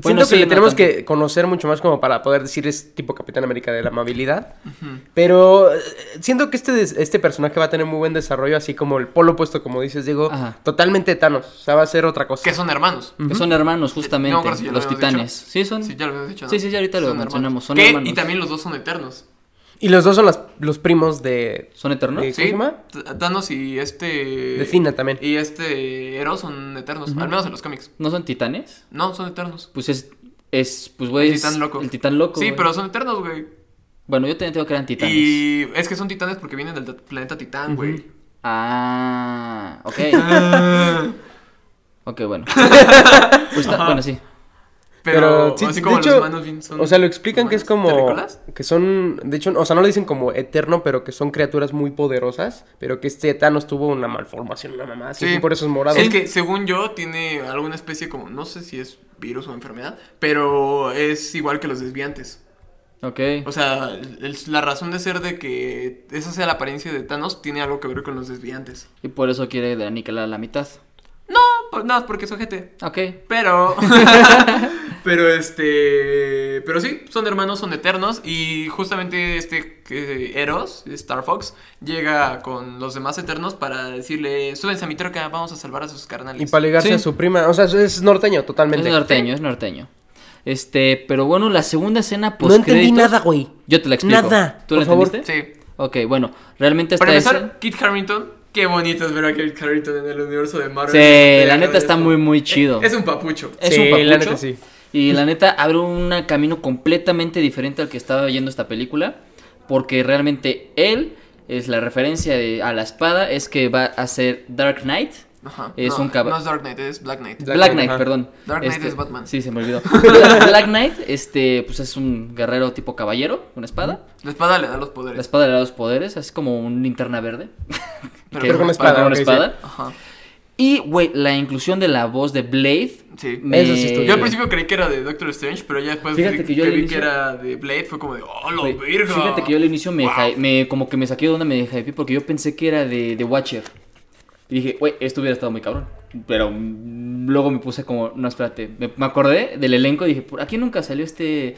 Speaker 3: Siento que
Speaker 1: sí,
Speaker 3: le
Speaker 1: no
Speaker 3: tenemos
Speaker 1: tanto.
Speaker 3: que conocer mucho más como para poder decir es tipo Capitán América de la amabilidad. Pero eh, siento que este, des- este personaje va a tener muy buen desarrollo, así como el polo opuesto, como dices, Diego.
Speaker 1: Ajá.
Speaker 3: Totalmente Thanos. O sea, va a ser otra cosa.
Speaker 2: Que son hermanos.
Speaker 1: Que son hermanos, justamente.
Speaker 2: No, pero si ya lo
Speaker 1: Mm, los
Speaker 2: habíamos
Speaker 1: titanes.
Speaker 2: dicho.
Speaker 1: Sí, son.
Speaker 2: Sí, ya lo habías dicho. ¿no?
Speaker 1: Sí, sí, ya ahorita lo
Speaker 2: Son
Speaker 1: mencionamos, son
Speaker 2: ¿Qué?
Speaker 1: hermanos.
Speaker 2: Y también los dos son eternos.
Speaker 3: Y los dos son las- los primos de...
Speaker 1: ¿Son eternos?
Speaker 3: Sí.
Speaker 2: Sí,
Speaker 3: ¿Cómo se llama?
Speaker 2: T- Thanos y este.
Speaker 3: De Fina también.
Speaker 2: Y este Eros son eternos, al menos en los cómics.
Speaker 1: ¿No son titanes?
Speaker 2: No, son eternos.
Speaker 1: Pues es. Es, pues, güey.
Speaker 2: El
Speaker 1: es
Speaker 2: titán loco.
Speaker 1: El titán loco.
Speaker 2: sí,
Speaker 1: güey.
Speaker 2: pero son eternos, güey.
Speaker 1: Bueno, yo también tengo que eran titanes.
Speaker 2: Y es que son titanes porque vienen del t- planeta Titán, güey.
Speaker 1: Ah, ok. ok, bueno. Pues está- bueno, sí.
Speaker 2: Pero,
Speaker 3: sí,
Speaker 2: así
Speaker 3: de
Speaker 2: como
Speaker 3: hecho,
Speaker 2: los humanos bien son.
Speaker 3: O sea, lo explican que es
Speaker 2: humanos.
Speaker 3: como.
Speaker 2: ¿Terrícolas?
Speaker 3: Que son. De hecho, o sea, no lo dicen como eterno, pero que son criaturas muy poderosas. Pero que este Thanos tuvo una malformación, una mamá. Así
Speaker 2: Sí.
Speaker 3: y por eso es morado.
Speaker 2: Es que según yo tiene alguna especie como, no sé si es virus o enfermedad, pero es igual que los desviantes.
Speaker 1: Ok.
Speaker 2: O sea, el- la razón de ser de que esa sea la apariencia de Thanos tiene algo que ver con los desviantes.
Speaker 1: Y por eso quiere de aniquilar a la mitad.
Speaker 2: No, pues nada, porque es ojete.
Speaker 1: Ok.
Speaker 2: Pero. pero este. Pero sí, son hermanos, son eternos. Y justamente este que- Eros, Star Fox, llega con los demás eternos para decirle: Súbense a mi troca, vamos a salvar a sus carnales.
Speaker 3: Y para ligarse
Speaker 1: Sí.
Speaker 3: a su prima. O sea, es- es norteño, totalmente.
Speaker 1: Es norteño, es norteño. Este, pero bueno, la segunda escena
Speaker 3: No
Speaker 1: post
Speaker 3: entendí nada, güey.
Speaker 1: Yo te la explico.
Speaker 3: Nada,
Speaker 1: ¿Tú la
Speaker 3: por favor.
Speaker 1: entendiste?
Speaker 2: Sí.
Speaker 1: Ok, bueno, realmente esta
Speaker 2: Para empezar,
Speaker 1: escena-
Speaker 2: Kit Harrington. Qué bonito es ver a Kit Harrington en el universo de Marvel.
Speaker 1: Sí, la
Speaker 2: Dejaron
Speaker 1: neta está
Speaker 2: eso.
Speaker 1: muy, muy chido.
Speaker 2: Es un papucho.
Speaker 1: Es
Speaker 3: Sí,
Speaker 1: un papucho.
Speaker 3: la neta sí.
Speaker 1: Y la neta abre un camino completamente diferente al que estaba yendo esta película. Porque realmente él es la referencia de- a la espada. Es que va a ser Dark Knight.
Speaker 2: Ajá.
Speaker 1: Es
Speaker 2: no,
Speaker 1: un caba-
Speaker 2: No es Dark Knight, es Black Knight.
Speaker 3: Black
Speaker 1: Black, Knight,
Speaker 3: Knight, ajá.
Speaker 1: perdón.
Speaker 2: Dark Knight
Speaker 1: Este,
Speaker 2: es Batman.
Speaker 1: Sí, se me olvidó. Black Knight, este, pues es un guerrero tipo caballero, una espada.
Speaker 2: La espada le da los
Speaker 1: La
Speaker 2: poderes.
Speaker 1: espada le da los poderes, es como un linterna verde.
Speaker 2: Pero
Speaker 1: Que-
Speaker 3: con
Speaker 1: para-
Speaker 3: una espada,
Speaker 1: con una
Speaker 3: ok, sí.
Speaker 1: espada.
Speaker 2: Ajá.
Speaker 1: Y, güey, la inclusión de la voz de Blade.
Speaker 2: Sí.
Speaker 3: Eso sí estuvo
Speaker 2: Yo al
Speaker 3: Eh,
Speaker 2: principio creí que era de Doctor Strange, pero ya después
Speaker 1: Fíjate
Speaker 2: vi-
Speaker 1: que yo al
Speaker 2: vi
Speaker 1: inicio-
Speaker 2: que era de Blade, fue como de, ¡oh, la
Speaker 1: güey,
Speaker 2: verga!
Speaker 1: Fíjate que yo al inicio me,
Speaker 2: Wow.
Speaker 1: hy- me- como que me saqué de onda, me hypeé porque yo pensé que era de, de Watcher. Y dije, güey, esto hubiera estado muy cabrón. Pero mm, luego me puse como, no, espérate. Me, me acordé del elenco y dije, ¿por aquí nunca salió este.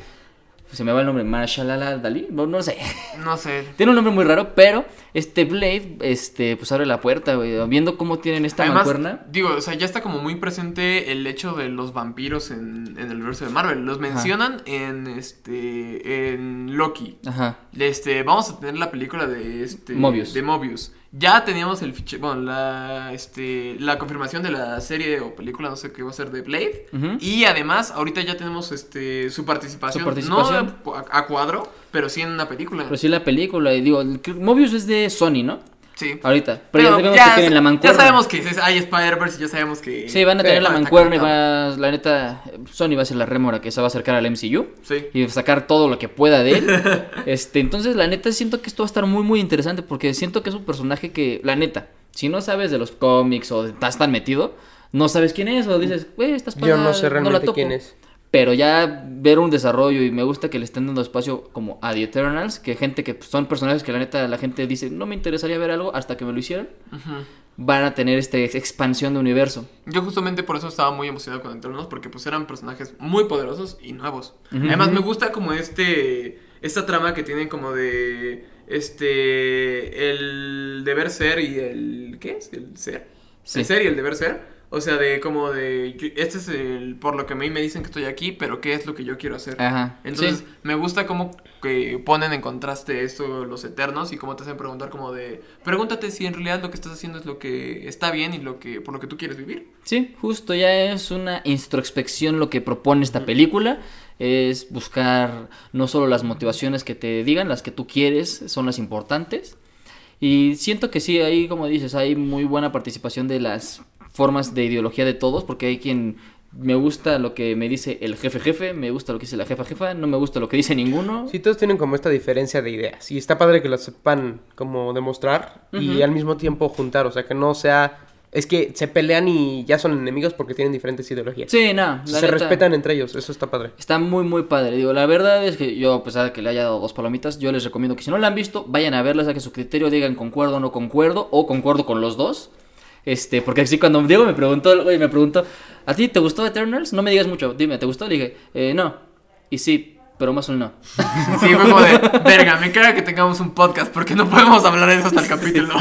Speaker 1: Se me va el nombre, Marshalala Dalí, no, no sé.
Speaker 2: No sé.
Speaker 1: Tiene un nombre muy raro, pero este Blade, este, pues abre la puerta, güey. Viendo cómo tienen esta
Speaker 2: Además,
Speaker 1: mancuerna.
Speaker 2: digo, o sea, ya está como muy presente el hecho de los vampiros en, en el universo de Marvel. Los mencionan en este en Loki.
Speaker 1: Ajá.
Speaker 2: Este, vamos a tener la película de este
Speaker 1: Mobius.
Speaker 2: de Mobius. Ya teníamos el fiche, bueno, la este la confirmación de la serie o película, no sé qué va a ser de Blade.
Speaker 1: Ujú.
Speaker 2: Y además, ahorita ya tenemos este su participación,
Speaker 1: Su participación. Pues,
Speaker 2: no a, a cuadro, pero sí en una película.
Speaker 1: Pero sí la película, y digo, el- Mobius es de Sony, ¿no?
Speaker 2: sí.
Speaker 1: Ahorita. Pero, ya sabemos que tienen la
Speaker 2: ya
Speaker 1: mancuerna.
Speaker 2: sabemos que es- hay Spider-Verse y ya sabemos que
Speaker 1: Sí, van a
Speaker 3: Sí,
Speaker 1: tener la
Speaker 2: está
Speaker 1: mancuerna y
Speaker 2: conectado.
Speaker 1: va, la neta, Sony va a ser la rémora que se va a acercar al MCU
Speaker 2: Sí.
Speaker 1: y sacar todo lo que pueda de él. este, entonces, la neta, siento que esto va a estar muy, muy interesante porque siento que es un personaje que, la neta, si no sabes de los cómics o estás tan metido, no sabes quién es o dices, güey, estás
Speaker 3: Yo no sé realmente
Speaker 1: topo".
Speaker 3: quién es.
Speaker 1: Pero ya ver un desarrollo y me gusta que le estén dando espacio como a The Eternals, que gente que pues, son personajes que la neta la gente dice, no me interesaría ver algo hasta que me lo hicieran,
Speaker 2: Ujú.
Speaker 1: van a tener esta ex- expansión de universo.
Speaker 2: Yo justamente por eso estaba muy emocionado con Eternos, porque pues eran personajes muy poderosos y nuevos. Además me gusta como este, esta trama que tienen como de, este, el deber ser y el, ¿qué es? El ser.
Speaker 1: Sí.
Speaker 2: El ser y el deber ser. O sea, de como de, yo- este es el, por lo que a mí me dicen que estoy aquí, pero ¿qué es lo que yo quiero hacer?
Speaker 1: Ajá.
Speaker 2: Entonces,
Speaker 1: Ah, Sí.
Speaker 2: me gusta cómo que ponen en contraste esto los eternos y cómo te hacen preguntar como de, pregúntate si en realidad lo que estás haciendo es lo que está bien y lo que por lo que tú quieres vivir.
Speaker 1: Sí, justo ya es una introspección lo que propone esta película. Es buscar no solo las motivaciones que te digan, las que tú quieres son las importantes. Y siento que sí, ahí como dices, hay muy buena participación de las formas de ideología de todos, porque hay quien me gusta lo que me dice el jefe jefe, me gusta lo que dice la jefa jefa, no me gusta lo que dice ninguno.
Speaker 3: Sí, todos tienen como esta diferencia de ideas. Y está padre que lo sepan como demostrar y al mismo tiempo juntar. O sea, que no sea. Es que se pelean y ya son enemigos porque tienen diferentes ideologías.
Speaker 1: Sí, nada.
Speaker 3: se respetan entre ellos. Eso está padre.
Speaker 1: Está muy, muy padre. Digo, la verdad es que yo, a pesar de que le haya dado dos palomitas, yo les recomiendo que si no la han visto, vayan a verla, saquen su criterio, digan concuerdo o no concuerdo, o concuerdo con los dos. Este, porque así cuando Diego me preguntó, güey, me preguntó, ¿a ti te gustó Eternals? No me digas mucho, dime, ¿te gustó? Le dije, eh, no. Y sí, pero más un no.
Speaker 2: Sí, fue como de, verga, me caga que tengamos un podcast porque no podemos hablar de eso hasta el capítulo.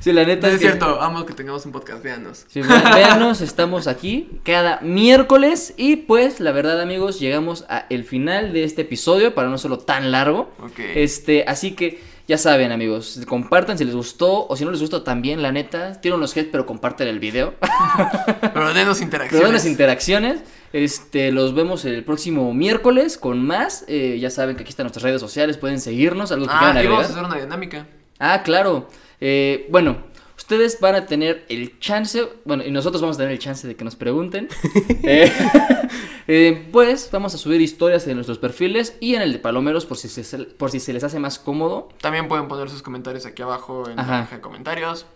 Speaker 1: Sí, la neta
Speaker 2: No es
Speaker 1: que-
Speaker 2: cierto, amo que tengamos un podcast, véanos.
Speaker 1: Sí, vea- véanos, estamos aquí cada miércoles y pues la verdad amigos llegamos a el final de este episodio para no hacerlo tan largo.
Speaker 2: Ok.
Speaker 1: Este, así que ya saben amigos, compartan si les gustó o si no les gustó también, la neta, tienen los heads pero comparten el video.
Speaker 2: Pero denos
Speaker 1: Pero
Speaker 2: interacciones.
Speaker 1: buenas interacciones. Este, los vemos el próximo miércoles con más. Eh, ya saben que aquí están nuestras redes sociales, pueden seguirnos, algo que
Speaker 2: Ah,
Speaker 1: quieran
Speaker 2: y vamos a
Speaker 1: agregar.
Speaker 2: hacer una dinámica.
Speaker 1: Ah, claro. Eh, bueno, ustedes van a tener el chance, bueno, y nosotros vamos a tener el chance de que nos pregunten. Eh, eh, pues vamos a subir historias en nuestros perfiles y en el de Palomeros por si se, por si se les hace más cómodo.
Speaker 2: También pueden poner sus comentarios aquí abajo en la
Speaker 1: Ajá.
Speaker 2: caja de comentarios.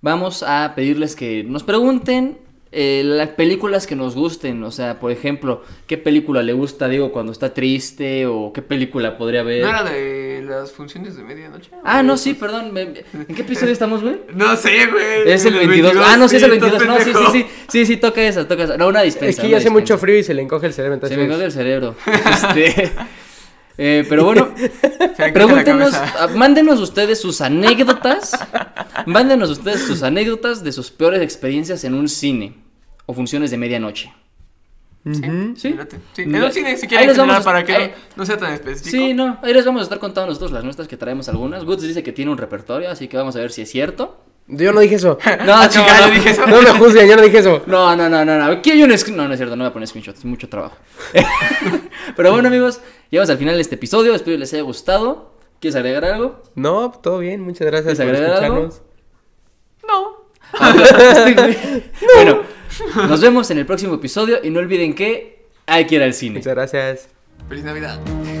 Speaker 1: Vamos a pedirles que nos pregunten eh, las películas que nos gusten. O sea, por ejemplo, ¿qué película le gusta a Diego cuando está triste? ¿O qué película podría ver?
Speaker 2: ¿No era de las funciones de medianoche?
Speaker 1: Eh.
Speaker 2: Pues,
Speaker 1: Ah, no, sí, perdón. me- me- ¿En qué episodio estamos, güey?
Speaker 2: No sé, güey.
Speaker 1: Es el 22. Ah, no, sí, es el 22. No, sí, sí, sí. Sí, sí, toca esa, toca esa. No, una dispensa.
Speaker 3: Es que
Speaker 1: una
Speaker 3: ya hace mucho
Speaker 1: dispensa.
Speaker 3: frío y se le encoge el cerebro. Entonces...
Speaker 1: Se me cae el cerebro. Este, eh, pero bueno, Pregúntenos, ah, mándenos ustedes sus anécdotas. mándenos ustedes sus anécdotas de sus peores experiencias en un cine o funciones de medianoche.
Speaker 3: Ujú.
Speaker 1: ¿Mm? ¿Sí?
Speaker 2: Sí,
Speaker 1: Mira,
Speaker 2: en un cine, si
Speaker 1: ahí
Speaker 2: quieren
Speaker 1: les vamos
Speaker 2: general,
Speaker 1: a-
Speaker 2: para que
Speaker 1: ahí-
Speaker 2: no, no sea tan específico.
Speaker 1: Sí, no, ahí les vamos a estar contando nosotros las nuestras que traemos algunas. Guts dice que tiene un repertorio, así que vamos a ver si es cierto.
Speaker 3: Yo no dije eso.
Speaker 1: No,
Speaker 2: Ah,
Speaker 1: chica,
Speaker 2: chingada, yo dije eso.
Speaker 3: No me juzguen, yo no dije eso.
Speaker 1: No, no, no, no, no. Aquí hay un screen- No, no es cierto, no voy a poner screenshots, es mucho trabajo. Pero bueno, amigos, llegamos al final de este episodio. Espero les haya gustado. ¿Quieres agregar algo?
Speaker 3: No, todo bien, muchas gracias
Speaker 1: ¿Quieres
Speaker 3: por
Speaker 1: agregar algo?
Speaker 3: escucharnos.
Speaker 2: No.
Speaker 1: Ah, claro. Bueno, nos vemos en el próximo episodio y no olviden que hay que ir al cine.
Speaker 3: Muchas gracias.
Speaker 2: Feliz Navidad.